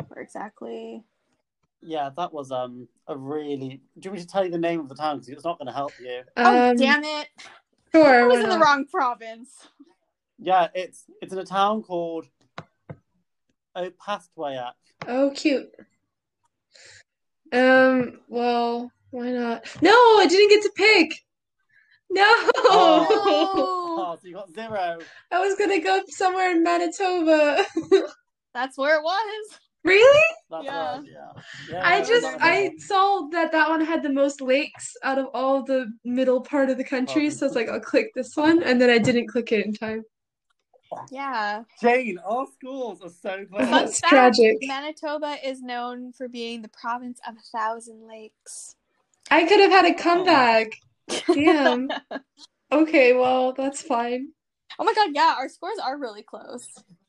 Speaker 2: where exactly.
Speaker 1: Yeah, that was um a really. Do you want me to tell you the name of the town? Because it's not going to help you.
Speaker 2: oh
Speaker 4: Um,
Speaker 2: damn it!
Speaker 4: Sure.
Speaker 2: I was
Speaker 4: why
Speaker 2: in the
Speaker 4: not?
Speaker 2: wrong
Speaker 4: [LAUGHS]
Speaker 2: province.
Speaker 1: Yeah, it's it's in a town called Opaskwayak.
Speaker 4: Oh, cute. Um, well, why not? No, I didn't get to pick. No,
Speaker 1: Oh, so you got zero.
Speaker 4: [LAUGHS] I was gonna go somewhere in Manitoba. [LAUGHS]
Speaker 2: That's where it was.
Speaker 4: Really?
Speaker 1: That's
Speaker 2: Yeah.
Speaker 1: right, yeah. yeah.
Speaker 4: I
Speaker 1: yeah,
Speaker 4: just
Speaker 1: that's
Speaker 4: I
Speaker 1: right.
Speaker 4: saw that that one had the most lakes out of all the middle part of the country, so I was like, I'll click this one, and then I didn't click it in time.
Speaker 2: Yeah.
Speaker 1: Jane, our schools are so
Speaker 2: Fun
Speaker 1: close.
Speaker 4: That's
Speaker 2: fact,
Speaker 4: tragic.
Speaker 2: Manitoba is known for being the province of a thousand lakes.
Speaker 4: I could have had a comeback. [LAUGHS] Damn. Okay, well, that's fine.
Speaker 2: Oh my god, yeah, our scores are really close.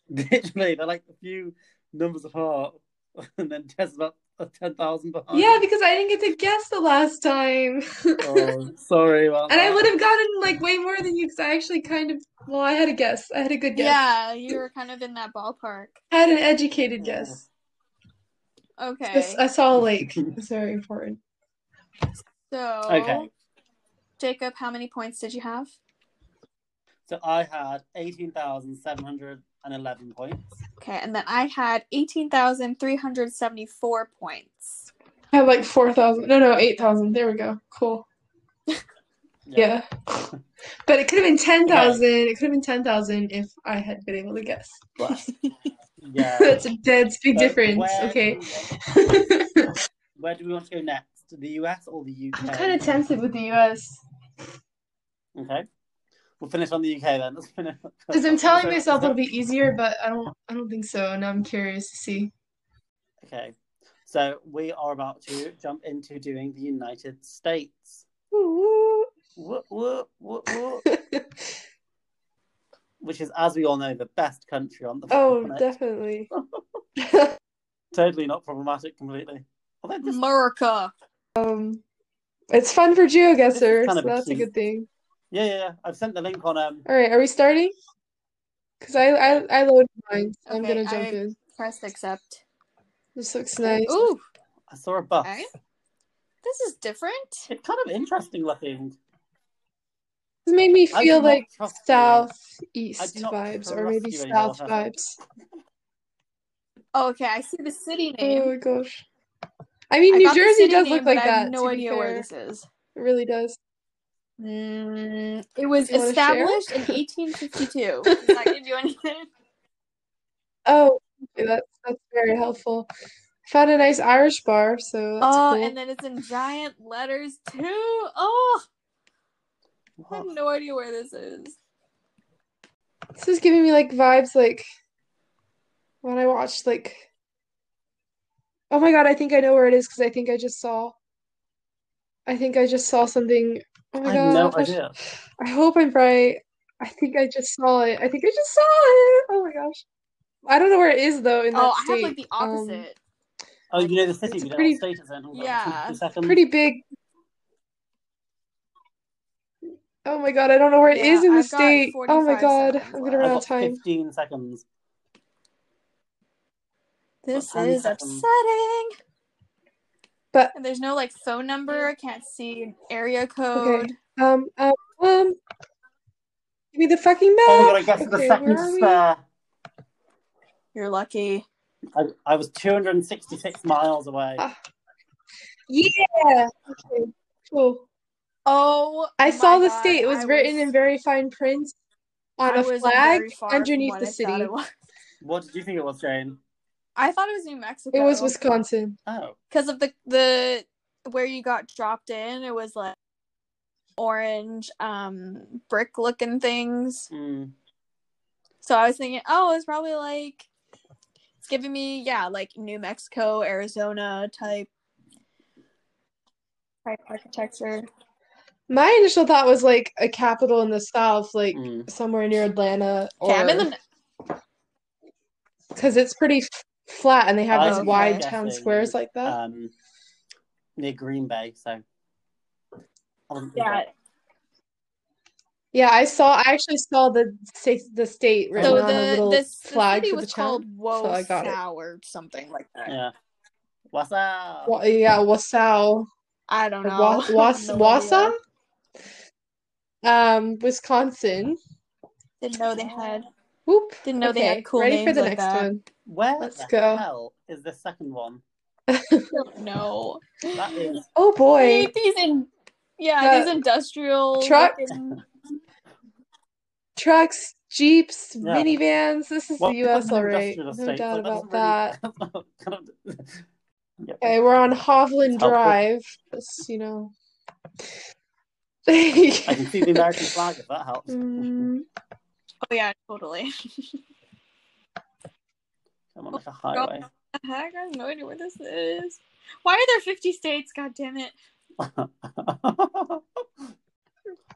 Speaker 1: Literally, they're like a few numbers apart, [LAUGHS] and then Tess about ten thousand behind.
Speaker 4: Yeah, because I didn't get to guess the last time. [LAUGHS]
Speaker 1: Oh, sorry about
Speaker 4: And I
Speaker 1: that.
Speaker 4: would have gotten like way more than you because I actually kind of well, I had a guess. I had a good guess.
Speaker 2: Yeah, you were kind of in that ballpark.
Speaker 4: I had an educated guess. I,
Speaker 2: Okay.
Speaker 4: s- I saw a [LAUGHS] lake. It's very important.
Speaker 2: So,
Speaker 1: Okay,
Speaker 2: Jacob, how many points did you have?
Speaker 1: so I had eighteen thousand seven hundred and eleven points.
Speaker 2: Okay, and then I had 18,374 points.
Speaker 4: I had like four thousand. No, no, eight thousand. There we go. Cool. Yeah. [LAUGHS] But it could have been ten thousand. It could have been ten thousand if I had been able to guess. [LAUGHS] Less.
Speaker 1: yeah.
Speaker 4: [LAUGHS] That's a that's a big
Speaker 1: So
Speaker 4: difference.
Speaker 1: where
Speaker 4: Okay.
Speaker 1: do we want-
Speaker 4: [LAUGHS]
Speaker 1: where do we want to go next? The US or the UK?
Speaker 4: I'm kind of tempted with the U.S.
Speaker 1: Okay. We'll finish on the UK then. Let's finish.
Speaker 4: because I'm telling
Speaker 1: So-
Speaker 4: myself
Speaker 1: so-
Speaker 4: it'll be easier, but I don't. I don't think so. And I'm curious to see.
Speaker 1: Okay. So we are about to jump into doing the United States. Whoop, whoop, whoop, whoop. Which is, as we all know, the best country on the
Speaker 4: [LAUGHS] Oh,
Speaker 1: planet.
Speaker 4: definitely.
Speaker 1: Totally not problematic completely. Although
Speaker 4: [LAUGHS]
Speaker 1: this,
Speaker 2: America.
Speaker 4: Um, it's fun for
Speaker 1: This
Speaker 4: GeoGuessr,
Speaker 1: is kind
Speaker 4: so
Speaker 1: of a
Speaker 4: that's a
Speaker 1: cheat.
Speaker 4: good thing.
Speaker 1: yeah, yeah, yeah. I've sent the link on um
Speaker 4: All right, are we starting? Because I, I I loaded mine, so I'm
Speaker 2: Okay,
Speaker 4: gonna jump
Speaker 2: I-
Speaker 4: in.
Speaker 2: Press accept.
Speaker 4: This looks nice.
Speaker 2: Ooh,
Speaker 1: I saw a bus.
Speaker 4: Eh?
Speaker 2: Okay. this is different.
Speaker 1: It's kind of interesting looking.
Speaker 4: This made me
Speaker 1: I do
Speaker 4: feel
Speaker 1: not
Speaker 4: like
Speaker 1: trust you.
Speaker 4: southeast
Speaker 1: I do not
Speaker 4: vibes, or
Speaker 1: trust
Speaker 4: maybe
Speaker 1: you anymore,
Speaker 4: south
Speaker 1: huh?
Speaker 4: vibes.
Speaker 2: Oh, okay, I see the city name.
Speaker 4: Oh my gosh. I mean,
Speaker 2: I
Speaker 4: New
Speaker 2: got the
Speaker 4: Jersey
Speaker 2: city
Speaker 4: does
Speaker 2: name,
Speaker 4: look like
Speaker 2: but I
Speaker 4: that.
Speaker 2: have no
Speaker 4: to be
Speaker 2: idea where
Speaker 4: fair.
Speaker 2: this is.
Speaker 4: It really does.
Speaker 2: Mm, it was
Speaker 4: You wanna share?
Speaker 2: established [LAUGHS] in 1852. Does that give you anything?
Speaker 4: Oh, okay, that's that's very helpful. Found a nice Irish bar, so [LAUGHS] that's
Speaker 2: Oh,
Speaker 4: cool.
Speaker 2: and then it's in giant letters too. Oh, I have
Speaker 4: Oh
Speaker 1: What?
Speaker 2: no idea where this is.
Speaker 4: This is giving me like vibes like when I watched like Oh my god, I think I know where it is because I think I just saw I think I just saw something. Oh my
Speaker 1: I have no
Speaker 4: god.
Speaker 1: idea.
Speaker 4: I hope I'm right. I think I just saw it. I think I just saw it. Oh my gosh. I don't know where it is though in
Speaker 2: Oh,
Speaker 4: that
Speaker 2: I have like
Speaker 4: state.
Speaker 2: the
Speaker 4: Um,
Speaker 2: opposite.
Speaker 1: Oh, you know the city,
Speaker 4: It's
Speaker 1: you know
Speaker 4: pretty-
Speaker 1: what state it's in. Hold on,
Speaker 2: Yeah.
Speaker 1: two seconds.
Speaker 4: pretty big. Oh my god, I don't know where it
Speaker 2: Yeah,
Speaker 4: is in the
Speaker 2: I've got
Speaker 4: state. Oh my
Speaker 2: 45
Speaker 4: god,
Speaker 2: seconds
Speaker 4: I'm gonna
Speaker 2: left.
Speaker 4: run
Speaker 1: I've
Speaker 4: out of
Speaker 1: got
Speaker 4: time.
Speaker 1: 15 seconds.
Speaker 2: This
Speaker 1: Um,
Speaker 2: is
Speaker 1: um,
Speaker 2: upsetting.
Speaker 4: But-
Speaker 2: And there's no like phone number. I can't see area code.
Speaker 4: Um, um, um. Give me the fucking map.
Speaker 1: Oh my god, I guessed the
Speaker 4: Okay,
Speaker 1: second
Speaker 4: where are we?
Speaker 1: spare.
Speaker 2: You're lucky.
Speaker 1: I, I was 266 miles away.
Speaker 4: Ah. Yeah. Okay, cool.
Speaker 2: Oh,
Speaker 4: I
Speaker 2: my
Speaker 4: saw the
Speaker 2: God,
Speaker 4: state. It was
Speaker 2: I
Speaker 4: written in very fine print on
Speaker 2: I
Speaker 4: a
Speaker 2: was
Speaker 4: flag
Speaker 2: very far from
Speaker 4: underneath
Speaker 2: what
Speaker 4: the
Speaker 2: I thought
Speaker 4: city.
Speaker 2: It was.
Speaker 1: What did you think it was, Jane?
Speaker 2: [LAUGHS] I thought it was New Mexico.
Speaker 4: It was Wisconsin.
Speaker 1: Oh.
Speaker 2: because of the the where you got dropped in. It was like orange um brick looking things.
Speaker 1: Mm.
Speaker 2: So I was thinking, oh, it's probably like it's giving me yeah, like New Mexico, Arizona type type architecture.
Speaker 4: My initial thought was like a capital in the south, like
Speaker 1: Mm.
Speaker 4: somewhere near Atlanta,
Speaker 2: Okay, I'm in
Speaker 4: or
Speaker 2: the
Speaker 4: because it's pretty f- flat and they have
Speaker 1: I
Speaker 4: these
Speaker 2: was
Speaker 4: wide town
Speaker 1: guessing,
Speaker 4: squares like that.
Speaker 1: Um, near Green Bay, so. I wasn't too
Speaker 2: yeah.
Speaker 1: far.
Speaker 4: Yeah, I saw. I actually saw the state, the state written
Speaker 2: So
Speaker 4: on a
Speaker 2: the
Speaker 4: little
Speaker 2: this the
Speaker 4: flag
Speaker 2: city
Speaker 4: for the
Speaker 2: was
Speaker 4: town.
Speaker 2: called Woe
Speaker 4: so I got it.
Speaker 2: or something like that.
Speaker 1: Yeah. What's up?
Speaker 4: Wa- yeah, Wasau,
Speaker 2: I don't
Speaker 4: or
Speaker 2: know. [LAUGHS]
Speaker 4: Wa- Was
Speaker 2: No
Speaker 4: Wausau,
Speaker 2: idea.
Speaker 4: um, Wisconsin.
Speaker 2: Didn't know they had
Speaker 4: Whoop.
Speaker 2: didn't know
Speaker 4: okay,
Speaker 2: they had cool
Speaker 4: ready for
Speaker 2: names
Speaker 4: the
Speaker 2: like
Speaker 4: next
Speaker 2: that.
Speaker 4: one.
Speaker 1: Where
Speaker 4: Let's
Speaker 1: the
Speaker 4: go.
Speaker 1: hell is the second one?
Speaker 2: No.
Speaker 1: That
Speaker 4: [LAUGHS]
Speaker 1: is
Speaker 4: Oh
Speaker 2: I
Speaker 4: boy,
Speaker 2: hate these in yeah,
Speaker 4: Uh,
Speaker 2: these industrial
Speaker 4: truck-
Speaker 2: looking-
Speaker 4: trucks, jeeps,
Speaker 1: Yeah.
Speaker 4: minivans. This is
Speaker 1: Well,
Speaker 4: the
Speaker 1: it's
Speaker 4: U.S.
Speaker 1: an
Speaker 4: all right,
Speaker 1: industrial
Speaker 4: no
Speaker 1: estate, so
Speaker 4: doubt
Speaker 1: that
Speaker 4: about
Speaker 1: doesn't [LAUGHS]
Speaker 4: that.
Speaker 1: really- kind of- [LAUGHS] Yep.
Speaker 4: Okay, we're on Hovland
Speaker 1: Helpful.
Speaker 4: Drive. Just, you know. [LAUGHS]
Speaker 1: I can see the American flag if that helps.
Speaker 4: Mm,
Speaker 2: Oh yeah, totally. [LAUGHS]
Speaker 1: I'm on like a highway.
Speaker 2: The heck? I have no idea where this is. Why are there fifty states? God damn it.
Speaker 1: [LAUGHS]
Speaker 4: there
Speaker 1: You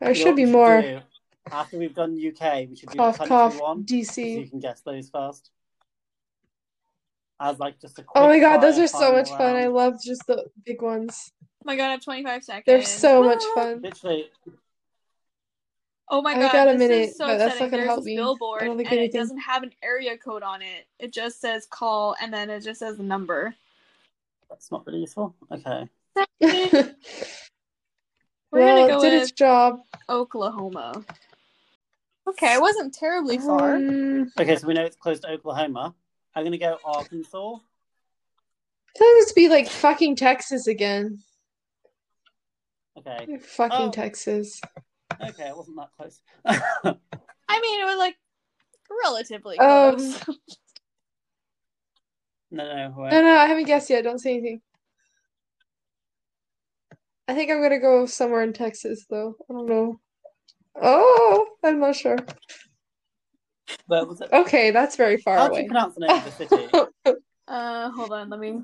Speaker 1: know
Speaker 4: should
Speaker 1: what
Speaker 4: be
Speaker 1: we
Speaker 4: more.
Speaker 1: do? After we've done UK, we should do
Speaker 4: Cough,
Speaker 1: the country
Speaker 4: cough.
Speaker 1: one. So you
Speaker 4: DC.
Speaker 1: can guess those first. As like just a quick
Speaker 4: Oh my god, those
Speaker 1: fire
Speaker 4: are so much
Speaker 1: final
Speaker 4: fun. I
Speaker 1: round.
Speaker 4: love just the big ones.
Speaker 2: Oh my god, I have twenty five seconds.
Speaker 4: They're so much
Speaker 2: Ah!
Speaker 4: fun.
Speaker 1: Literally,
Speaker 2: Oh my
Speaker 4: I
Speaker 2: god,
Speaker 4: got a
Speaker 2: this
Speaker 4: minute,
Speaker 2: is so
Speaker 4: but that's
Speaker 2: upsetting.
Speaker 4: not gonna
Speaker 2: There's
Speaker 4: help
Speaker 2: this
Speaker 4: me. I
Speaker 2: billboard
Speaker 4: don't think
Speaker 2: and it
Speaker 4: anything-
Speaker 2: doesn't have an area code on it. It just says call and then it just says the
Speaker 4: [LAUGHS]
Speaker 2: number.
Speaker 1: that's not really useful. Okay.
Speaker 2: We're
Speaker 4: well,
Speaker 2: gonna
Speaker 4: it
Speaker 2: go
Speaker 4: did
Speaker 2: with
Speaker 4: its job.
Speaker 2: Oklahoma. Okay, I wasn't terribly far.
Speaker 4: Um,
Speaker 1: Okay, so we know it's close to Oklahoma. I'm gonna go Arkansas.
Speaker 4: that must be like fucking Texas again.
Speaker 1: Okay.
Speaker 4: Fucking
Speaker 1: Oh.
Speaker 4: Texas.
Speaker 1: Okay, it wasn't that close.
Speaker 2: I mean it was like relatively
Speaker 4: Um,
Speaker 2: close.
Speaker 1: no, no, wait.
Speaker 4: No, no, I haven't guessed yet. Don't say anything. I think I'm gonna go somewhere in Texas, though. I don't know. Oh, I'm not sure.
Speaker 1: Where was it?
Speaker 4: Okay, that's very far
Speaker 1: How do you
Speaker 4: away.
Speaker 1: pronounce the name of the city?
Speaker 2: Uh, hold on, let me.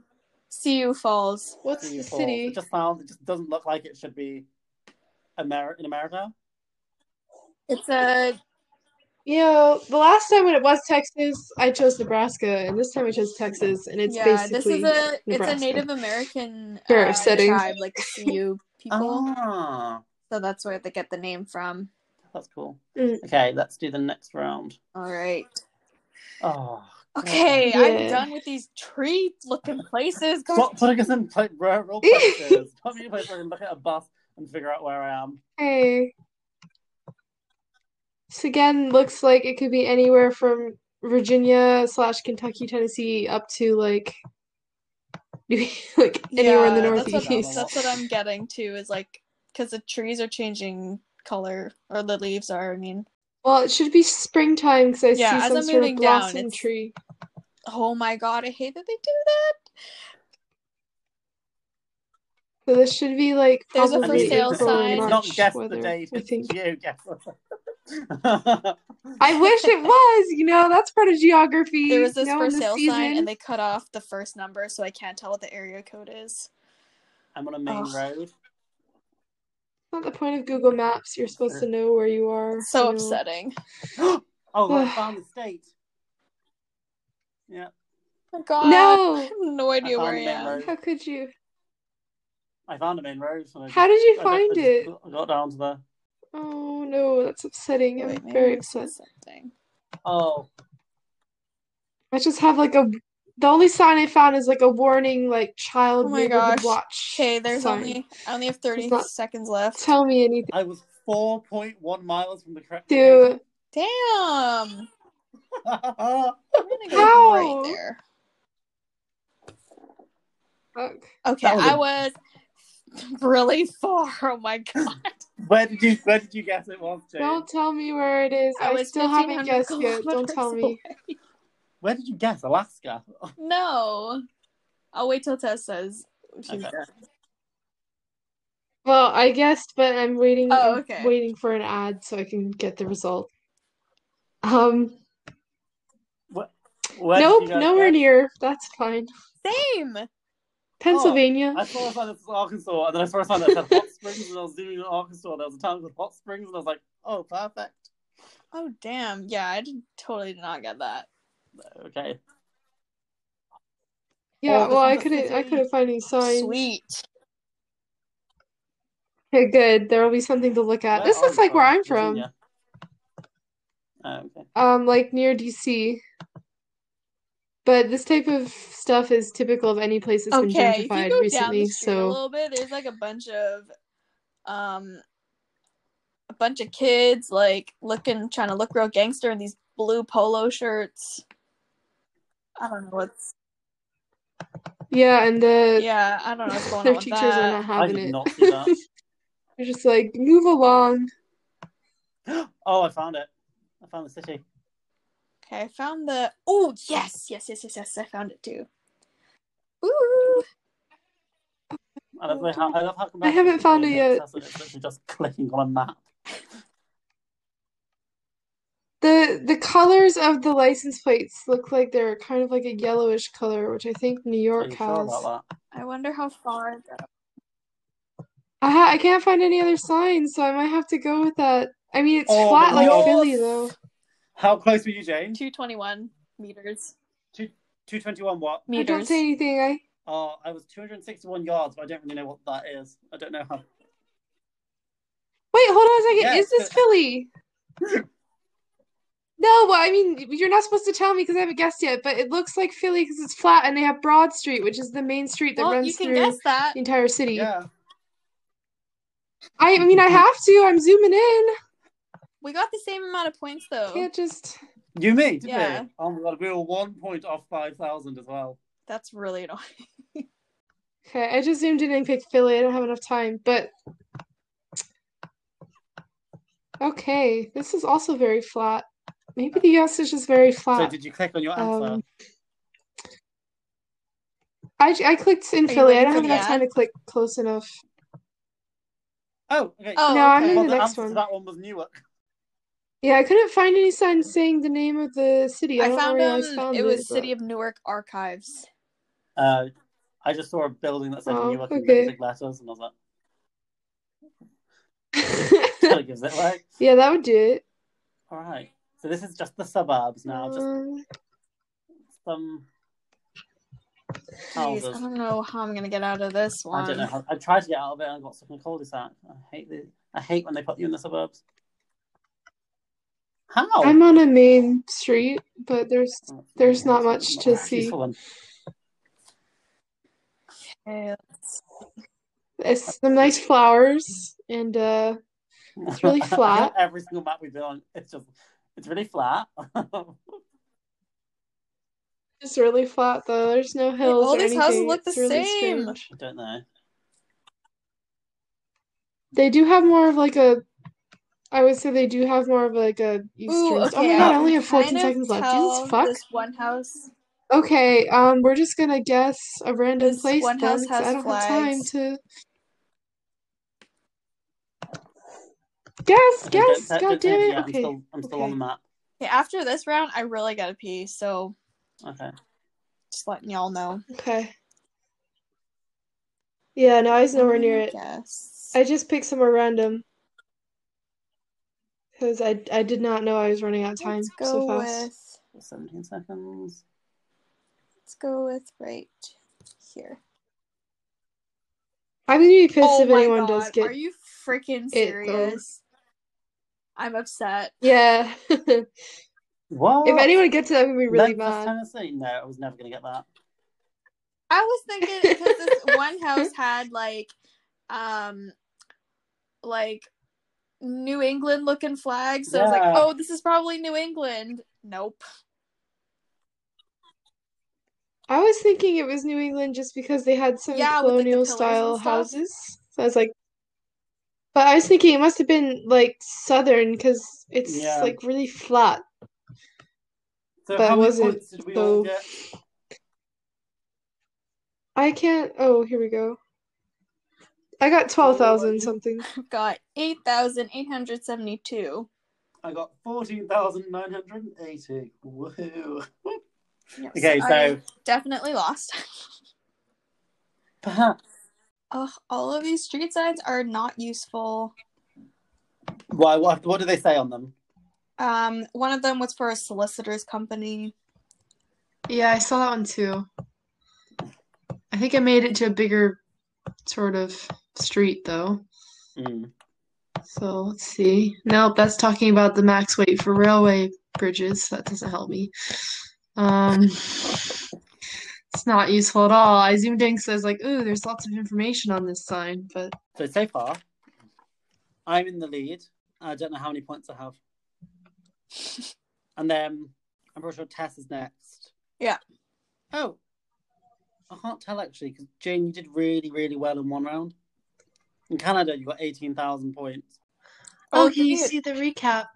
Speaker 2: Sioux Falls.
Speaker 4: [LAUGHS] What's
Speaker 1: Sioux
Speaker 4: the
Speaker 1: Falls.
Speaker 4: city?
Speaker 1: It just sounds. It just doesn't look like it should be Amer- in America.
Speaker 2: It's a
Speaker 4: You know, the last time when it was Texas, I chose Nebraska, and this time I chose Texas, and it's
Speaker 2: yeah. This is
Speaker 4: basically
Speaker 2: a it's a
Speaker 4: Nebraska.
Speaker 2: Native American
Speaker 4: Very
Speaker 2: uh,
Speaker 4: upsetting.
Speaker 2: tribe, like the Sioux
Speaker 4: Oh.
Speaker 2: people.
Speaker 1: Ah,
Speaker 2: So that's where they get the name from.
Speaker 1: that's cool.
Speaker 4: Mm.
Speaker 1: Okay, let's do the next round.
Speaker 2: All right.
Speaker 1: Oh,
Speaker 2: Okay,
Speaker 4: Yeah.
Speaker 2: I'm done with these tree-looking places. God-
Speaker 1: stop putting us in pla- rural
Speaker 4: [LAUGHS]
Speaker 1: places. Put me in a place where I can look at a bus and figure out where I am.
Speaker 4: Hey. This again looks like it could be anywhere from Virginia slash Kentucky, Tennessee, up to like, [LAUGHS] like anywhere in the
Speaker 2: Yeah, that's what-
Speaker 4: Northeast.
Speaker 2: That's what I'm getting to is like because the trees are changing color or the leaves are. I mean,
Speaker 4: Well, it should be springtime because I
Speaker 2: Yeah,
Speaker 4: see
Speaker 2: as
Speaker 4: some
Speaker 2: I'm
Speaker 4: sort of
Speaker 2: moving down,
Speaker 4: blossom
Speaker 2: it's-
Speaker 4: tree.
Speaker 2: oh my god, I hate that they do that.
Speaker 4: So this should be like
Speaker 2: There's a for
Speaker 1: And
Speaker 4: probably
Speaker 1: it's
Speaker 2: sale
Speaker 4: April or
Speaker 2: sign.
Speaker 1: it's not
Speaker 4: March
Speaker 1: guess the
Speaker 4: weather,
Speaker 1: date.
Speaker 4: I
Speaker 1: It's
Speaker 4: think.
Speaker 1: geoguess.
Speaker 4: I wish it was, you know, that's part of geography.
Speaker 2: There was this
Speaker 4: you know,
Speaker 2: for
Speaker 4: in the
Speaker 2: sale sign,
Speaker 4: season.
Speaker 2: and they cut off the first number, so I can't tell what the area code is.
Speaker 1: [LAUGHS] I'm on a main
Speaker 2: Ugh.
Speaker 1: road.
Speaker 4: That's not the point of Google Maps. You're supposed to know where you are.
Speaker 2: So
Speaker 4: you know.
Speaker 2: upsetting. [LAUGHS]
Speaker 1: oh, well,
Speaker 4: [SIGHS]
Speaker 1: I found the state. Yeah,
Speaker 2: Oh God, I
Speaker 4: No!
Speaker 2: have no
Speaker 1: I
Speaker 2: idea
Speaker 1: found
Speaker 2: where I
Speaker 1: the main
Speaker 2: am.
Speaker 1: road.
Speaker 4: How could you?
Speaker 1: I found a main road. and I
Speaker 4: How
Speaker 1: just-
Speaker 4: did you
Speaker 1: I got- I
Speaker 4: find
Speaker 1: just
Speaker 4: it?
Speaker 1: got- got down to the.
Speaker 4: Oh no, that's upsetting. I'm
Speaker 2: Wait, maybe
Speaker 4: very
Speaker 2: this
Speaker 4: upset.
Speaker 2: is something.
Speaker 1: Oh,
Speaker 4: I just have like a the only sign I found is like a warning, like child
Speaker 2: Oh my
Speaker 4: neighborhood
Speaker 2: gosh.
Speaker 4: watch.
Speaker 2: Okay, there's
Speaker 4: sign.
Speaker 2: only I only have thirty
Speaker 4: It's not-
Speaker 2: seconds left.
Speaker 4: Tell me anything.
Speaker 1: I was 4.1 miles from the correct answer.
Speaker 4: Dude,
Speaker 2: Damn, I'm gonna go
Speaker 4: How?
Speaker 2: right there.
Speaker 4: fuck.
Speaker 2: Okay,
Speaker 1: That was a-
Speaker 2: I was [LAUGHS] really far. Oh
Speaker 1: [LAUGHS]
Speaker 2: my god,
Speaker 1: [LAUGHS] where did you where did you guess it was, Jane?
Speaker 4: Don't tell me where it is.
Speaker 2: I
Speaker 4: I,
Speaker 2: was
Speaker 4: still haven't
Speaker 2: 1500
Speaker 4: guessed yet. Don't
Speaker 2: [LAUGHS]
Speaker 4: tell
Speaker 2: kilometers
Speaker 4: me.
Speaker 1: Where did you guess? Alaska.
Speaker 2: no. I'll wait till Tess says. she's
Speaker 1: Okay.
Speaker 2: done.
Speaker 4: Well, I guessed, but I'm waiting.
Speaker 2: Oh,
Speaker 4: I'm
Speaker 2: okay.
Speaker 4: waiting for an ad so I can get the result. Um,
Speaker 1: Where did
Speaker 4: nope,
Speaker 1: you guys
Speaker 4: nowhere
Speaker 1: guess?
Speaker 4: near. That's fine.
Speaker 2: Same.
Speaker 4: Pennsylvania.
Speaker 1: I saw a sign that said Arkansas, and then I saw a sign that said Hot Springs, and I was zooming in Arkansas. and There was a town called Hot Springs, and I was like, "Oh, perfect."
Speaker 2: Oh damn. Yeah, I did, totally did not get that.
Speaker 1: Okay.
Speaker 4: yeah,
Speaker 1: Oh,
Speaker 4: well, I
Speaker 1: this is the
Speaker 4: couldn't. I
Speaker 1: city.
Speaker 4: couldn't find any signs.
Speaker 2: Sweet.
Speaker 4: Okay, good. There will be something to look at.
Speaker 1: Where
Speaker 4: This
Speaker 1: are
Speaker 4: looks
Speaker 1: you
Speaker 4: like where I'm from.
Speaker 1: Virginia. Oh, okay.
Speaker 4: Um, like near DC. But this type of stuff is typical of any place that's been
Speaker 2: Okay, if
Speaker 4: gentrified
Speaker 2: you go down
Speaker 4: recently,
Speaker 2: the street a
Speaker 4: so
Speaker 2: little bit, there's like a bunch of um a bunch of kids like looking trying to look real gangster in these blue polo shirts. I don't know what's
Speaker 4: yeah, and the
Speaker 2: yeah, I don't know what's going
Speaker 4: their
Speaker 2: on with
Speaker 4: teachers are not
Speaker 2: that.
Speaker 1: I
Speaker 4: having
Speaker 1: did
Speaker 4: it.
Speaker 1: not see that.
Speaker 4: [LAUGHS] They're just like, move along.
Speaker 1: oh, I found it. I found the city.
Speaker 2: Okay, I found the Oh yes, yes, yes, yes, yes, I found it too. Ooh.
Speaker 1: And I, love how, I love how come
Speaker 4: I haven't found it yet.
Speaker 1: It's literally just clicking on a map.
Speaker 4: The the colors of the license plates look like they're kind of like a yellowish color, which I think New
Speaker 1: Are
Speaker 4: York
Speaker 1: you sure
Speaker 4: has.
Speaker 1: about that?
Speaker 2: I wonder how far that-
Speaker 4: I ha I can't find any other signs, so I might have to go with that. I mean, it's
Speaker 1: Oh,
Speaker 4: flat
Speaker 1: but
Speaker 4: like
Speaker 1: you're-
Speaker 4: Philly though.
Speaker 1: How close were you, Jane?
Speaker 2: 221 meters.
Speaker 1: Two twenty-one. What?
Speaker 4: I don't
Speaker 2: Meters.
Speaker 4: say anything. I
Speaker 1: Oh, I was two hundred sixty-one yards, but I don't really know what that is. I don't know how.
Speaker 4: Wait, hold on a second.
Speaker 1: Yeah,
Speaker 4: Is this
Speaker 1: it's [LAUGHS]
Speaker 4: Philly? No, well, I mean, you're not supposed to tell me because I haven't guessed yet, but it looks like Philly because it's flat and they have Broad Street, which is the main street that
Speaker 2: Well,
Speaker 4: runs
Speaker 2: you can
Speaker 4: through
Speaker 2: guess that.
Speaker 4: the entire city.
Speaker 1: Yeah.
Speaker 4: I, I mean, I have to. I'm zooming in.
Speaker 2: We got the same amount of points though.
Speaker 4: Can't just.
Speaker 1: You and me, did
Speaker 2: Yeah.
Speaker 1: we? Oh my god, we were one point off five thousand as well.
Speaker 2: That's really annoying.
Speaker 4: Okay, I just zoomed in and picked Philly. I don't have enough time, but. Okay, this is also very flat. Maybe the US is just very
Speaker 1: So
Speaker 4: flat.
Speaker 1: did you click on your answer?
Speaker 4: Um, I, I clicked in
Speaker 2: you
Speaker 4: Philly.
Speaker 2: ready
Speaker 4: I don't
Speaker 2: for
Speaker 4: have
Speaker 2: the
Speaker 4: enough
Speaker 2: ad?
Speaker 4: time to click close enough.
Speaker 1: oh, okay.
Speaker 2: Oh,
Speaker 4: No, I'm
Speaker 2: okay.
Speaker 4: in
Speaker 1: well,
Speaker 4: the
Speaker 1: the
Speaker 4: next
Speaker 1: answer
Speaker 4: one.
Speaker 1: to that one was Newark.
Speaker 4: Yeah, I couldn't find any sign saying the name of the city. I,
Speaker 2: I
Speaker 4: don't
Speaker 2: found
Speaker 4: know where I
Speaker 2: um
Speaker 4: found
Speaker 2: it was
Speaker 4: but-
Speaker 2: City of Newark Archives.
Speaker 1: Uh, I just saw a building that said
Speaker 4: Oh,
Speaker 1: Newark in
Speaker 4: okay.
Speaker 1: really big letters, and I was like, that gives it
Speaker 4: [LAUGHS]
Speaker 1: away.
Speaker 4: [LAUGHS] Yeah, that would do it.
Speaker 1: All right. So this is just the suburbs now, just
Speaker 4: Um,
Speaker 1: some
Speaker 2: Jeez,
Speaker 1: houses.
Speaker 2: I don't know how I'm gonna get out of this one.
Speaker 1: I don't know. How, I tried to get out of it and I got stuck in a cul-de-sac. I hate the. I hate when they put you in the suburbs. How?
Speaker 4: I'm on a main street, but there's there's not much to
Speaker 1: That's
Speaker 4: see.
Speaker 1: useful then.
Speaker 2: Okay,
Speaker 4: It's some nice flowers, and uh,
Speaker 1: [LAUGHS]
Speaker 4: It's really
Speaker 1: I feel
Speaker 4: flat.
Speaker 1: Every single map we've been on, it's just it's really flat. [LAUGHS]
Speaker 4: it's really flat though. There's no hills
Speaker 2: all
Speaker 4: or
Speaker 2: these
Speaker 4: anything.
Speaker 2: houses look the
Speaker 4: It's really
Speaker 2: same.
Speaker 4: strange.
Speaker 1: I don't know.
Speaker 4: They do have more of like a. I would say they do have more of like a
Speaker 2: Ooh, okay.
Speaker 4: eastern. Oh my god! I
Speaker 2: can
Speaker 4: only have 14
Speaker 2: kind of
Speaker 4: seconds left.
Speaker 2: tell
Speaker 4: Jesus fuck.
Speaker 2: This one house.
Speaker 4: Okay, um, we're just gonna guess a random
Speaker 2: This
Speaker 4: place
Speaker 2: one
Speaker 4: then,
Speaker 2: house
Speaker 4: 'cause I
Speaker 2: has
Speaker 4: don't have time
Speaker 2: flags.
Speaker 4: to guess.
Speaker 1: Okay,
Speaker 4: Guess.
Speaker 1: don't,
Speaker 4: God
Speaker 1: don't tell
Speaker 4: damn
Speaker 1: me
Speaker 4: it.
Speaker 1: yet. I'm
Speaker 4: Okay.
Speaker 1: still I'm still on the
Speaker 4: Okay.
Speaker 1: map.
Speaker 2: Okay, after this round, I really gotta pee, so
Speaker 1: Okay.
Speaker 2: just letting y'all know.
Speaker 4: Okay. Yeah. No, I was nowhere near it.
Speaker 2: Yes.
Speaker 4: I just picked somewhere random because I I did not know I was running out of time
Speaker 2: Let's
Speaker 4: so
Speaker 2: go
Speaker 4: fast.
Speaker 2: with.
Speaker 1: 17 seconds.
Speaker 2: Let's go with right here.
Speaker 4: I'm gonna be pissed
Speaker 2: oh
Speaker 4: if
Speaker 2: my
Speaker 4: anyone
Speaker 2: god!
Speaker 4: does
Speaker 6: [LAUGHS]
Speaker 4: get.
Speaker 2: Are you freaking [LAUGHS]
Speaker 4: it, though.
Speaker 2: serious? I'm upset.
Speaker 4: Yeah.
Speaker 1: What?
Speaker 6: If anyone gets it, I'm gonna be really
Speaker 1: Memphis,
Speaker 6: mad.
Speaker 1: Tennessee? No, I was never going to get that.
Speaker 2: I was thinking because
Speaker 1: [LAUGHS]
Speaker 2: this one house had like, um, like New England looking flags. So I was
Speaker 1: Yeah.
Speaker 2: like, oh, this is probably New England. Nope. [LAUGHS]
Speaker 6: I was thinking it was New England just because they had some
Speaker 2: Yeah, with, like, the
Speaker 6: colonial
Speaker 2: pillars and
Speaker 6: style
Speaker 2: stuff.
Speaker 6: houses. So I was like, but I was thinking it must have been like southern because it's
Speaker 1: Yeah.
Speaker 6: like really flat.
Speaker 1: So
Speaker 6: That
Speaker 1: how many
Speaker 6: wasn't
Speaker 1: points did we
Speaker 6: so-
Speaker 1: all get?
Speaker 6: I can't. Oh, here we go. I got 12,000
Speaker 1: you?
Speaker 6: something.
Speaker 2: We've got eight thousand eight hundred seventy-two.
Speaker 1: I got 14,980. Woohoo.
Speaker 2: Yes,
Speaker 1: Okay,
Speaker 2: I
Speaker 1: so
Speaker 2: definitely lost. [LAUGHS]
Speaker 1: perhaps
Speaker 2: Ugh, all of these street signs are not useful.
Speaker 1: why what what do they say on them?
Speaker 2: Um, one of them was for a solicitor's company.
Speaker 4: Yeah, I saw that one too. I think I made it to a bigger sort of street though.
Speaker 1: Mm.
Speaker 4: So let's see. Nope, that's talking about the max weight for railway bridges. That doesn't help me. Um, it's not useful at all. I zoomed in because I was like, ooh, there's lots of information on this sign, but
Speaker 1: So so far, I'm in the lead. I don't know how many points I have. And then I'm pretty sure Tess is next.
Speaker 2: Yeah.
Speaker 1: Oh, I can't tell actually because Jane, you did really really well in one round. In Canada, you got eighteen thousand points.
Speaker 2: Oh,
Speaker 4: oh, can you
Speaker 2: cute.
Speaker 4: see the recap?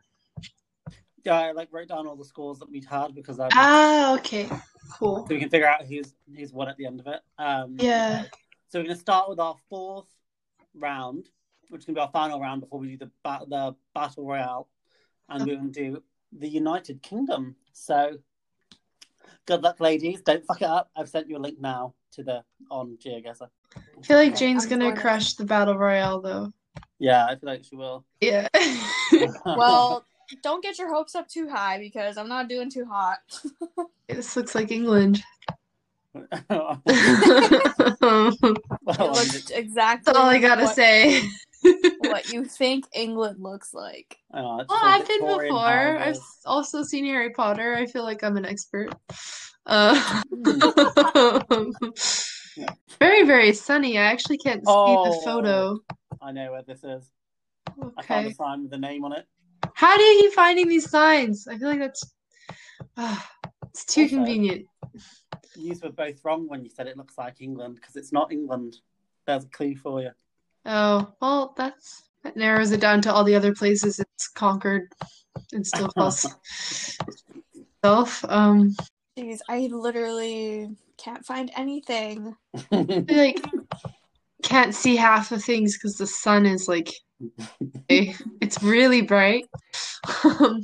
Speaker 1: Yeah, I like wrote down all the scores that we'd had because I
Speaker 4: Ah, okay, cool.
Speaker 1: so we can figure out who's who's what at the end of it. Um,
Speaker 4: Yeah.
Speaker 1: So we're going to start with our fourth round, which is going to be our final round before we do the ba- the battle royale, and we're going to do the United Kingdom. So good luck, ladies. Don't fuck it up. I've sent you a link now to the on GeoGuessr.
Speaker 4: I feel like Jane's
Speaker 2: I'm
Speaker 4: gonna
Speaker 2: for it.
Speaker 4: crush the battle royale though.
Speaker 1: Yeah, I feel like she
Speaker 4: [LAUGHS]
Speaker 1: will.
Speaker 4: Yeah.
Speaker 2: Well, don't get your hopes up too high because I'm not doing too hot. [LAUGHS]
Speaker 4: This looks like England.
Speaker 1: [LAUGHS] well,
Speaker 4: That's
Speaker 2: It
Speaker 1: Oh, [LAUGHS]
Speaker 2: looks exactly
Speaker 4: all I gotta
Speaker 2: what,
Speaker 4: say.
Speaker 2: what you think England looks like.
Speaker 1: oh, it's
Speaker 4: Well,
Speaker 1: all
Speaker 4: I've been
Speaker 1: Victorian
Speaker 4: before. I've
Speaker 1: houses.
Speaker 4: also seen Harry Potter. I feel like I'm an expert.
Speaker 1: [LAUGHS]
Speaker 4: Uh,
Speaker 1: Hmm.
Speaker 4: very, very sunny. I actually can't see
Speaker 1: Oh.
Speaker 4: the photo.
Speaker 1: I know where this is. I found a
Speaker 4: Okay.
Speaker 1: sign with a name on it.
Speaker 4: How do you keep finding these signs? I feel like that's ah, it's too
Speaker 1: Also-
Speaker 4: convenient.
Speaker 1: You were both wrong when you said it looks like England because it's not England. There's a clue for you.
Speaker 4: Oh, well, that's that narrows it down to all the other places it's conquered and
Speaker 1: [LAUGHS]
Speaker 4: still calls itself. Um,
Speaker 2: Jeez, I literally can't find anything. [LAUGHS]
Speaker 1: [LAUGHS]
Speaker 4: I, like can't see half the things because the sun is like eh, it's really bright. Um, all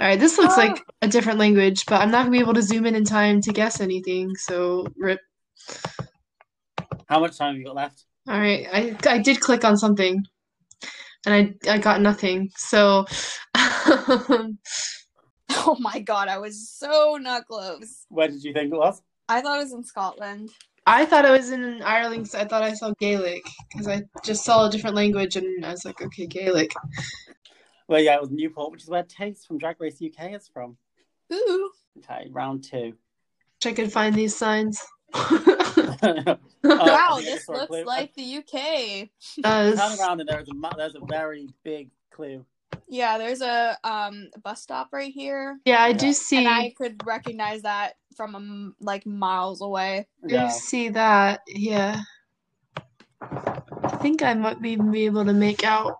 Speaker 4: right, this looks
Speaker 2: Ah.
Speaker 4: like a different language, but I'm not gonna be able to zoom in in time to guess anything. So rip.
Speaker 1: How much time have you got left?
Speaker 4: All right, I I did click on something, and I I got nothing. So [LAUGHS]
Speaker 2: Oh my god, I was so not close.
Speaker 1: Where did you think it was?
Speaker 2: I thought it was in Scotland.
Speaker 4: I thought it was in Ireland because I thought I saw Gaelic because I just saw a different language and I was like, okay, Gaelic.
Speaker 1: Well, yeah, it was Newport, which is where Taste from Drag Race UK is from.
Speaker 2: Ooh.
Speaker 1: Okay, round two. [LAUGHS]
Speaker 4: Wish I could find these signs. [LAUGHS]
Speaker 1: Uh,
Speaker 2: wow,
Speaker 1: I think I just
Speaker 2: this
Speaker 1: saw a
Speaker 2: looks
Speaker 1: clue.
Speaker 2: like the UK.
Speaker 4: Does-
Speaker 1: Turn around and there's a ma- there's a very big clue.
Speaker 2: Yeah, there's a um bus stop right here.
Speaker 4: yeah, I
Speaker 1: Yeah.
Speaker 4: do see.
Speaker 2: And I could recognize that from um, like miles away.
Speaker 4: I do
Speaker 1: Yeah.
Speaker 4: see that. Yeah. I think I might be, even be able to make out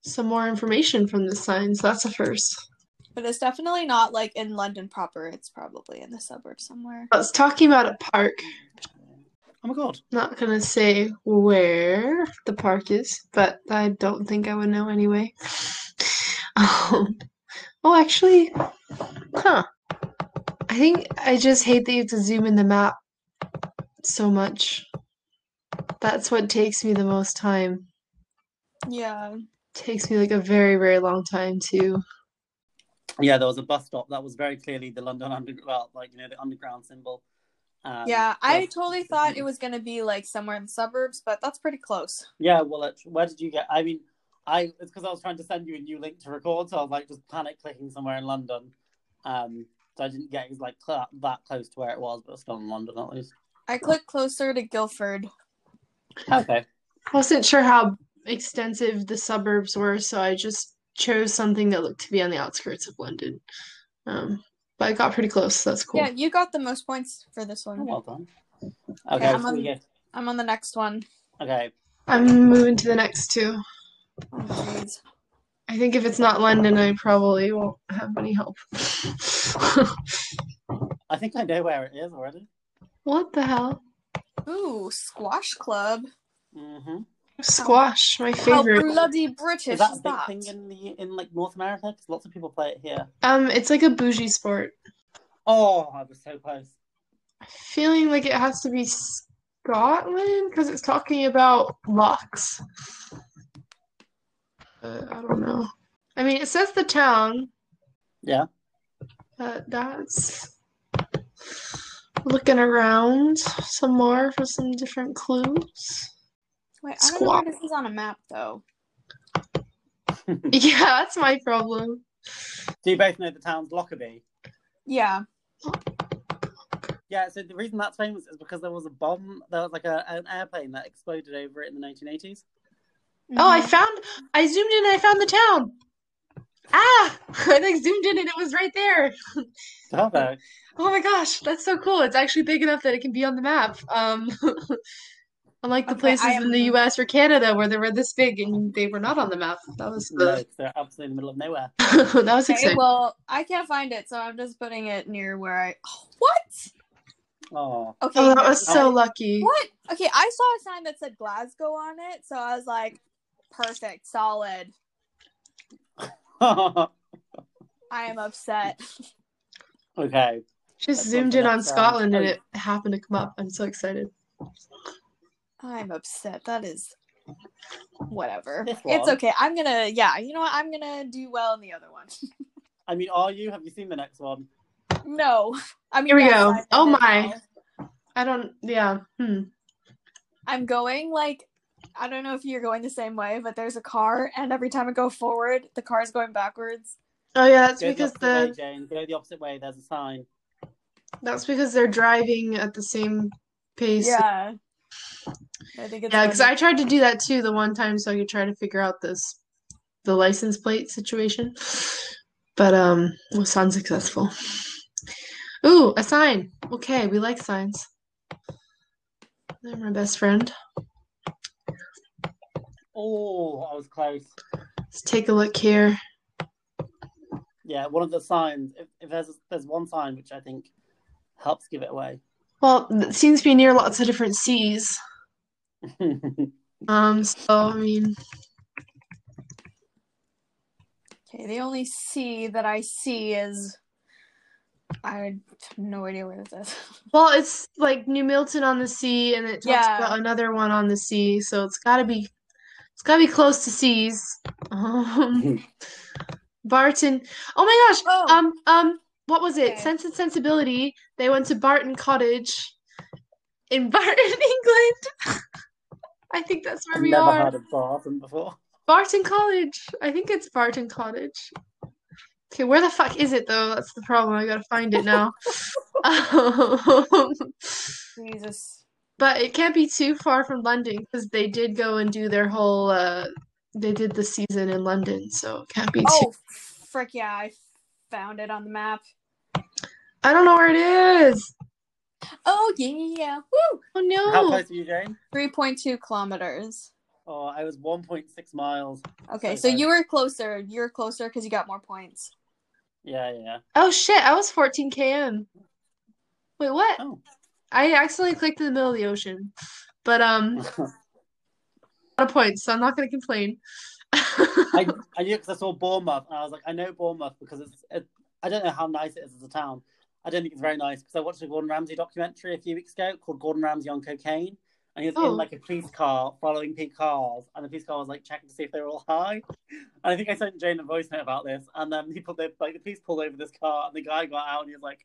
Speaker 4: some more information from the signs. That's a first.
Speaker 2: But it's definitely not like in London proper. It's probably in the suburbs somewhere.
Speaker 4: I was talking about a park.
Speaker 1: Oh my god.
Speaker 4: Not gonna say where the park is, but I don't think I would know anyway. [LAUGHS] Um, oh, actually, huh. I think I just hate that you have to zoom in the map so much. That's what takes me the most time.
Speaker 2: Yeah.
Speaker 4: Takes me like a very, very long time to.
Speaker 1: Yeah, there was a bus stop that was very clearly the London Underground, well, like you know the underground symbol. Um,
Speaker 2: yeah, I
Speaker 1: yes.
Speaker 2: totally thought it was going to be like somewhere in the suburbs, but that's pretty close.
Speaker 1: Yeah, Woolwich. Where did you get? I mean, I it's because I was trying to send you a new link to record, so I was like just panic clicking somewhere in London. Um, so I didn't get it like cl- that close to where it was, but still in London at least.
Speaker 2: I clicked closer to Guildford.
Speaker 1: Okay,
Speaker 4: I wasn't sure how extensive the suburbs were, so I just chose something that looked to be on the outskirts of London. Um, but I got pretty close, so that's cool.
Speaker 2: Yeah, you got the most points for this one.
Speaker 1: Oh, well done.
Speaker 2: Okay,
Speaker 1: Okay,
Speaker 2: I'm
Speaker 1: so
Speaker 2: on-
Speaker 1: we get-
Speaker 2: I'm on the next one.
Speaker 1: okay.
Speaker 4: I'm moving to the next two.
Speaker 2: Oh, jeez.
Speaker 4: I think if it's not London, I probably won't have any help. [LAUGHS]
Speaker 1: I think I know where it is already.
Speaker 4: what the hell?
Speaker 2: Ooh, squash club.
Speaker 1: hmm
Speaker 4: Squash, my
Speaker 2: How
Speaker 4: favorite.
Speaker 2: bloody British
Speaker 1: Is
Speaker 2: is
Speaker 1: that a big
Speaker 2: that?
Speaker 1: thing in the in like North America? Because lots of people play it here.
Speaker 4: Um, it's like a bougie sport.
Speaker 1: Oh, I was so close.
Speaker 4: Feeling like it has to be Scotland because it's talking about locks. Uh, I don't know. I mean, it says the town.
Speaker 1: Yeah.
Speaker 4: Uh, that's looking around some more for some different clues.
Speaker 2: Wait, I don't know
Speaker 4: Squash.
Speaker 2: where this is on a map though.
Speaker 4: [LAUGHS] Yeah, that's my problem.
Speaker 1: Do you both know the town's Lockerbie?
Speaker 2: Yeah.
Speaker 1: Yeah, so the reason that's famous is because there was a bomb, there was like a, an airplane that exploded over it in the 1980s.
Speaker 4: Oh, I found. I zoomed in. and I found the town. Ah! [LAUGHS] I like zoomed in and it was right there.
Speaker 1: Bravo.
Speaker 4: Oh my gosh, that's so cool. It's actually big enough that it can be on the map. Um, [LAUGHS] unlike the
Speaker 2: Okay, I
Speaker 4: places in the
Speaker 2: am-
Speaker 4: US or Canada where they were this big and they were not on the map. That was
Speaker 1: No,
Speaker 4: the
Speaker 1: 'cause they're uh, absolutely in the middle of nowhere.
Speaker 4: [LAUGHS] that was
Speaker 2: Mm-hmm. Okay,
Speaker 4: exciting.
Speaker 2: well, I can't find it, so I'm just putting it near where I. [GASPS] Oh, what?
Speaker 1: Oh, [LAUGHS]
Speaker 2: Okay.
Speaker 4: Oh, that
Speaker 2: here
Speaker 4: was
Speaker 2: it
Speaker 4: so
Speaker 2: is.
Speaker 4: lucky.
Speaker 2: What? Okay, I saw a sign that said Glasgow on it, so I was like, perfect, solid. I am upset.
Speaker 1: okay.
Speaker 4: Just
Speaker 1: That's
Speaker 4: zoomed
Speaker 1: something
Speaker 4: in on
Speaker 1: that's, um,
Speaker 4: Scotland and
Speaker 1: oh.
Speaker 4: it happened to come up. I'm so excited.
Speaker 2: I'm upset. That is whatever.
Speaker 1: This
Speaker 2: It's
Speaker 1: one.
Speaker 2: okay. I'm gonna. Yeah, you know what? I'm gonna do well in the other one. [LAUGHS]
Speaker 1: I mean, are you? Have you seen the next one?
Speaker 2: no. I mean,
Speaker 4: Here we
Speaker 2: yes,
Speaker 4: go.
Speaker 2: I'm in
Speaker 4: Oh
Speaker 2: it
Speaker 4: my.
Speaker 2: now.
Speaker 4: I don't yeah. Hmm.
Speaker 2: I'm going like I don't know if you're going the same way, but there's a car, and every time I go forward, the car's going backwards.
Speaker 4: Oh yeah, that's
Speaker 1: Go
Speaker 4: because
Speaker 1: the opposite
Speaker 4: the
Speaker 1: way, Jane. Go the opposite way. There's a sign.
Speaker 4: that's because they're driving at the same pace.
Speaker 2: Yeah. I think it's
Speaker 4: Yeah, because
Speaker 2: funny.
Speaker 4: I tried to do that too the one time so I could try to figure out this the license plate situation. But um it was unsuccessful. Ooh, a sign. Okay, we like signs. They're my best friend.
Speaker 1: Oh, I was close.
Speaker 4: Let's take a look here.
Speaker 1: Yeah, one of the signs. If, if there's there's one sign which I think helps give it away.
Speaker 4: Well, it seems to be near lots of different seas.
Speaker 1: okay,
Speaker 4: Um, so I mean
Speaker 2: Okay, the only C that I see is I have no idea where this is. [LAUGHS]
Speaker 4: Well, it's like New Milton on the sea, and it talks
Speaker 2: Yeah.
Speaker 4: about another one on the sea, so it's gotta be it's gotta be close to seas. [LAUGHS] Um, Barton. Oh my gosh.
Speaker 2: Oh,
Speaker 4: Um um what was it?
Speaker 2: Okay.
Speaker 4: Sense and Sensibility. They went to Barton Cottage in [LAUGHS] Barton, England. [LAUGHS] I think that's where
Speaker 1: I've
Speaker 4: we
Speaker 1: never
Speaker 4: are.
Speaker 1: heard of Barton before.
Speaker 4: Barton College. I think it's Barton Cottage. Okay, where the fuck is it though? That's the problem. I gotta find
Speaker 2: [LAUGHS]
Speaker 4: it now. Um, [LAUGHS]
Speaker 2: Jesus.
Speaker 4: But it can't be too far from London because they did go and do their whole uh they did the season in London, so it can't be too
Speaker 2: Oh, frick yeah, I found it on the map.
Speaker 4: I don't know where it is.
Speaker 2: Oh, yeah, yeah, yeah. Woo!
Speaker 4: Oh
Speaker 1: How
Speaker 4: no.
Speaker 1: close are you, Jane?
Speaker 2: 3.2 kilometers.
Speaker 1: Oh, I was 1.6 miles.
Speaker 2: Okay,
Speaker 1: So
Speaker 2: so
Speaker 1: close.
Speaker 2: you were closer. You were closer because you got more points.
Speaker 1: Yeah, yeah, yeah.
Speaker 4: Oh shit, I was 14 km. Wait, what?
Speaker 1: Oh.
Speaker 4: I accidentally clicked in the middle of the ocean. But um
Speaker 1: [LAUGHS]
Speaker 4: a lot of points, so I'm not gonna complain. [LAUGHS]
Speaker 1: I, I knew because I saw Bournemouth and I was like, I know Bournemouth because it's, it, I don't know how nice it is as a town. I don't think it's very nice because I watched a Gordon Ramsay documentary a few weeks ago called Gordon Ramsay on Cocaine. And he was
Speaker 4: Oh.
Speaker 1: in like a police car following police cars, and the police car was like checking to see if they were all high. And I think I sent Jane a voice note about this. And then he pulled their, like the police pulled over this car, and the guy got out and he was like,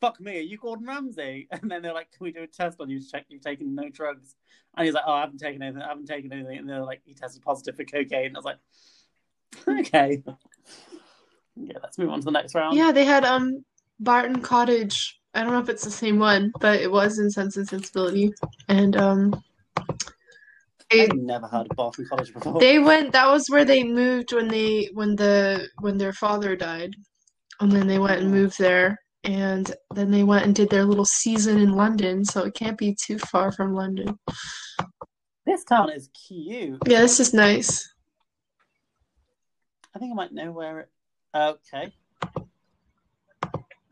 Speaker 1: fuck me, are you Gordon Ramsay? [LAUGHS] And then they're like, can we do a test on you to check you've taken no drugs? And he's like, oh, I haven't taken anything. I haven't taken anything. And they're like, he tested positive for cocaine. And I was like, [LAUGHS] okay. yeah, let's move on to the next round.
Speaker 4: Yeah, they had um Barton Cottage. I don't know if it's the same one, but it was in Sense and Sensibility, and um they
Speaker 1: I've never heard of Barton College before.
Speaker 4: they went. That was where they moved when they when the when their father died, and then they went and moved there, and then they went and did their little season in London. So it can't be too far from London.
Speaker 1: This town is cute.
Speaker 4: Yeah, this is nice.
Speaker 1: I think I might know where it. Okay.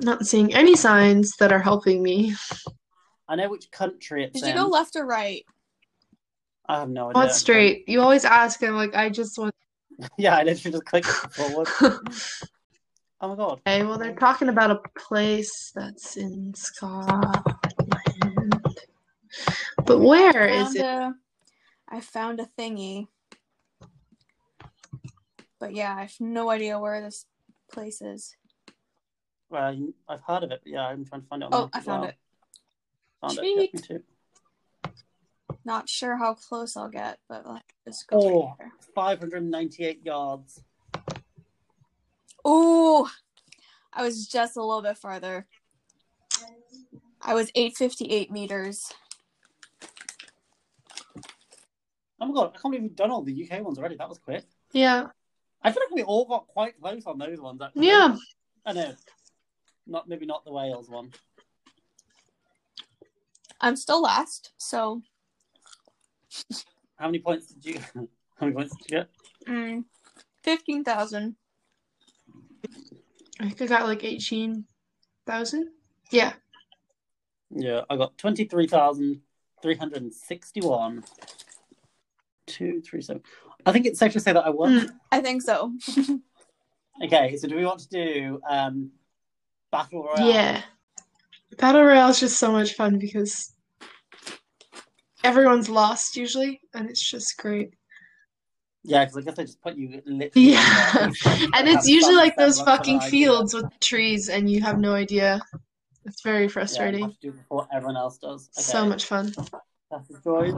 Speaker 4: Not seeing any signs that are helping me.
Speaker 1: I know which country it's
Speaker 2: Did you
Speaker 1: in.
Speaker 2: go left or right?
Speaker 1: I have no idea.
Speaker 4: Not straight. You always ask, and I'm like, I just want.
Speaker 1: [LAUGHS]
Speaker 4: [LAUGHS]
Speaker 1: Yeah, I literally just clicked [LAUGHS] forward. Oh my god.
Speaker 4: Okay, well, they're talking about a place that's in Scotland. But where
Speaker 2: Found
Speaker 4: is it?
Speaker 2: a- I found a thingy. But yeah, I have no idea where this place is.
Speaker 1: Well, you- I've heard of it. but Yeah, I'm trying to find it. On
Speaker 2: Oh,
Speaker 1: Map
Speaker 2: I
Speaker 1: as
Speaker 2: found
Speaker 1: well.
Speaker 2: it.
Speaker 1: Found it. Yep, me
Speaker 2: Sweet.
Speaker 1: too.
Speaker 2: Not sure how close I'll get, but let's just go
Speaker 1: Oh,
Speaker 2: right
Speaker 1: 598 yards.
Speaker 2: there. Ooh, I was just a little bit farther. I was 858 meters.
Speaker 1: Oh my god, I can't believe we've done all the UK ones already. That was quick.
Speaker 4: Yeah,
Speaker 1: I feel like we all got quite close on those ones. Actually.
Speaker 4: yeah.
Speaker 1: I know. Not maybe not the Wales one.
Speaker 2: I'm still last, so
Speaker 1: How many points did you? [LAUGHS] How many points did you get?
Speaker 2: mm, 15,000.
Speaker 4: I think I got like eighteen thousand. Yeah,
Speaker 1: Yeah, I got twenty three thousand three hundred and sixty one. Two, three, seven. I think it's safe to say that I won.
Speaker 4: Mm.
Speaker 2: I think so.
Speaker 1: Okay, so do we want to do um battle royale?
Speaker 4: yeah. Battle Royale is just so much fun because everyone's lost usually, and it's just great.
Speaker 1: Yeah, because I guess I just put you literally.
Speaker 4: [LAUGHS] Yeah. And
Speaker 1: Have
Speaker 4: it's usually
Speaker 1: fun,
Speaker 4: like
Speaker 1: have
Speaker 4: those
Speaker 1: lots of
Speaker 4: fucking
Speaker 1: ideas.
Speaker 4: fields with the trees, and you have no idea. It's very
Speaker 1: Yeah, you
Speaker 4: frustrating.
Speaker 1: have to do it before everyone else does. Okay.
Speaker 4: So much fun.
Speaker 1: That's the joy.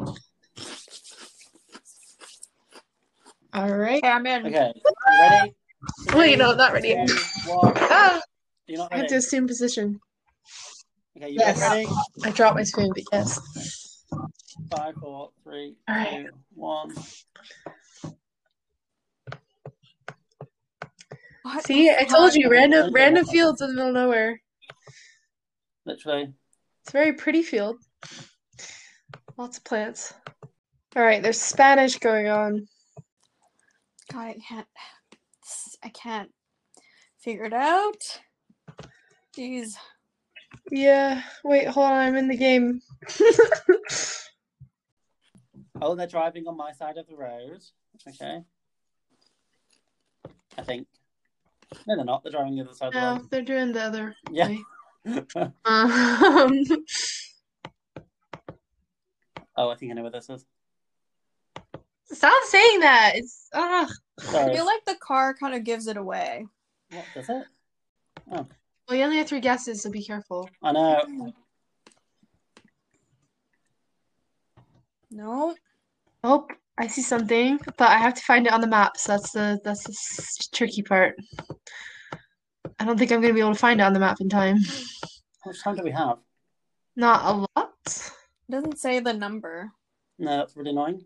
Speaker 4: All right.
Speaker 2: Okay, I'm in.
Speaker 1: Okay.
Speaker 4: [LAUGHS]
Speaker 1: You ready?
Speaker 4: Wait, no, not ready.
Speaker 1: Two, one.
Speaker 4: [LAUGHS] Ah,
Speaker 1: You're not
Speaker 4: I have
Speaker 1: ready.
Speaker 4: to assume position.
Speaker 1: Okay, you
Speaker 4: Yes.
Speaker 1: guys ready?
Speaker 4: I dropped my spoon, but yes.
Speaker 1: Five, four, three,
Speaker 4: All right.
Speaker 1: two, one.
Speaker 2: What
Speaker 4: See, I
Speaker 2: the
Speaker 4: told you,
Speaker 2: fuck?
Speaker 4: random random fields in the middle of nowhere.
Speaker 1: Literally.
Speaker 4: It's a very pretty field. Lots of plants. All right, there's Spanish going on.
Speaker 2: God, I can't. I can't figure it out. Jeez.
Speaker 4: Yeah. Wait, hold on. I'm in the game.
Speaker 1: Oh, they're driving on my side of the road. Okay. I think. No, they're not. They're driving on the other side
Speaker 4: no,
Speaker 1: of
Speaker 4: they're doing the other.
Speaker 1: Yeah.
Speaker 4: way.
Speaker 1: the road.
Speaker 4: Um,
Speaker 1: [LAUGHS]
Speaker 4: [LAUGHS]
Speaker 1: oh, I think I know where this is.
Speaker 4: stop saying that. It's ah.
Speaker 2: I
Speaker 1: Sorry.
Speaker 2: feel like the car kind of gives it away.
Speaker 1: What is it?
Speaker 4: Well, you only have three guesses, so be careful.
Speaker 1: I know.
Speaker 2: No.
Speaker 4: Oh, I see something, but I have to find it on the map. So that's the that's the s- tricky part. I don't think I'm gonna be able to find it on the map in time.
Speaker 1: How much time do we have?
Speaker 4: Not a lot.
Speaker 2: It doesn't say the number.
Speaker 1: No, that's really annoying.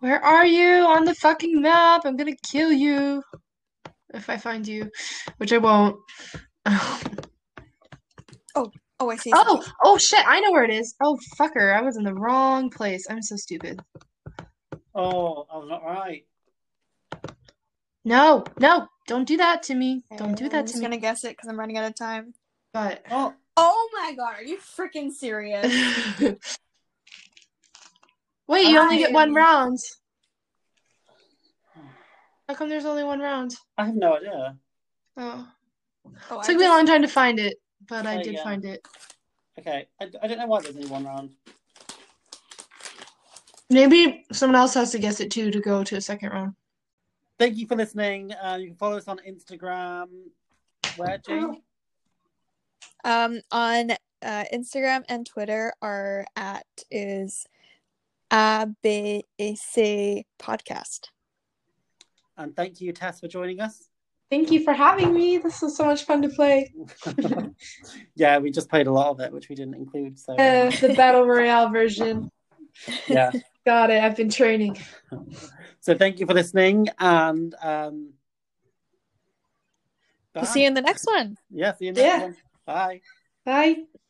Speaker 4: Where are you on the fucking map? I'm gonna kill you if I find you, which
Speaker 2: [LAUGHS]
Speaker 4: I won't. Oh,
Speaker 2: Oh, I see. something.
Speaker 4: oh shit! I know where it is. Oh fucker! I was in the wrong place. I'm so stupid.
Speaker 1: Oh, I was not right.
Speaker 4: No, no! Don't do that to me.
Speaker 2: Okay,
Speaker 4: Don't do
Speaker 2: I'm
Speaker 4: that to
Speaker 2: just
Speaker 4: me.
Speaker 2: gonna guess it because I'm running out of time.
Speaker 4: But [LAUGHS]
Speaker 1: Oh,
Speaker 2: Oh my god, are you freaking serious?
Speaker 4: wait, you only get one
Speaker 2: Fine.
Speaker 4: round. How come there's only one round?
Speaker 1: I have no idea.
Speaker 4: Oh,
Speaker 2: Oh, I
Speaker 4: took me a
Speaker 2: just-
Speaker 4: long time to find it, but
Speaker 1: Try
Speaker 4: I did
Speaker 1: again.
Speaker 4: find it.
Speaker 1: Okay, I, I don't know why there's only one round.
Speaker 4: Maybe someone else has to guess it too to go to a second round.
Speaker 1: Thank you for listening. Uh, you can follow us on Instagram. Where,
Speaker 4: Oh.
Speaker 1: Jane?
Speaker 2: Um, on uh, Instagram and Twitter, our at is ABC Podcast.
Speaker 1: And thank you, Tess, for joining us.
Speaker 4: Thank you for having me. This was so much fun to play.
Speaker 1: [LAUGHS] yeah, we just played a lot of it, which we didn't include. So,
Speaker 4: Uh,
Speaker 1: um,
Speaker 4: the battle royale version.
Speaker 1: yeah.
Speaker 4: Got it. I've been training.
Speaker 1: So, thank you for listening. And um, Ah.
Speaker 2: We'll see you in the next one.
Speaker 1: Yeah, see you next
Speaker 4: Yeah.
Speaker 1: one. Bye.
Speaker 4: Bye.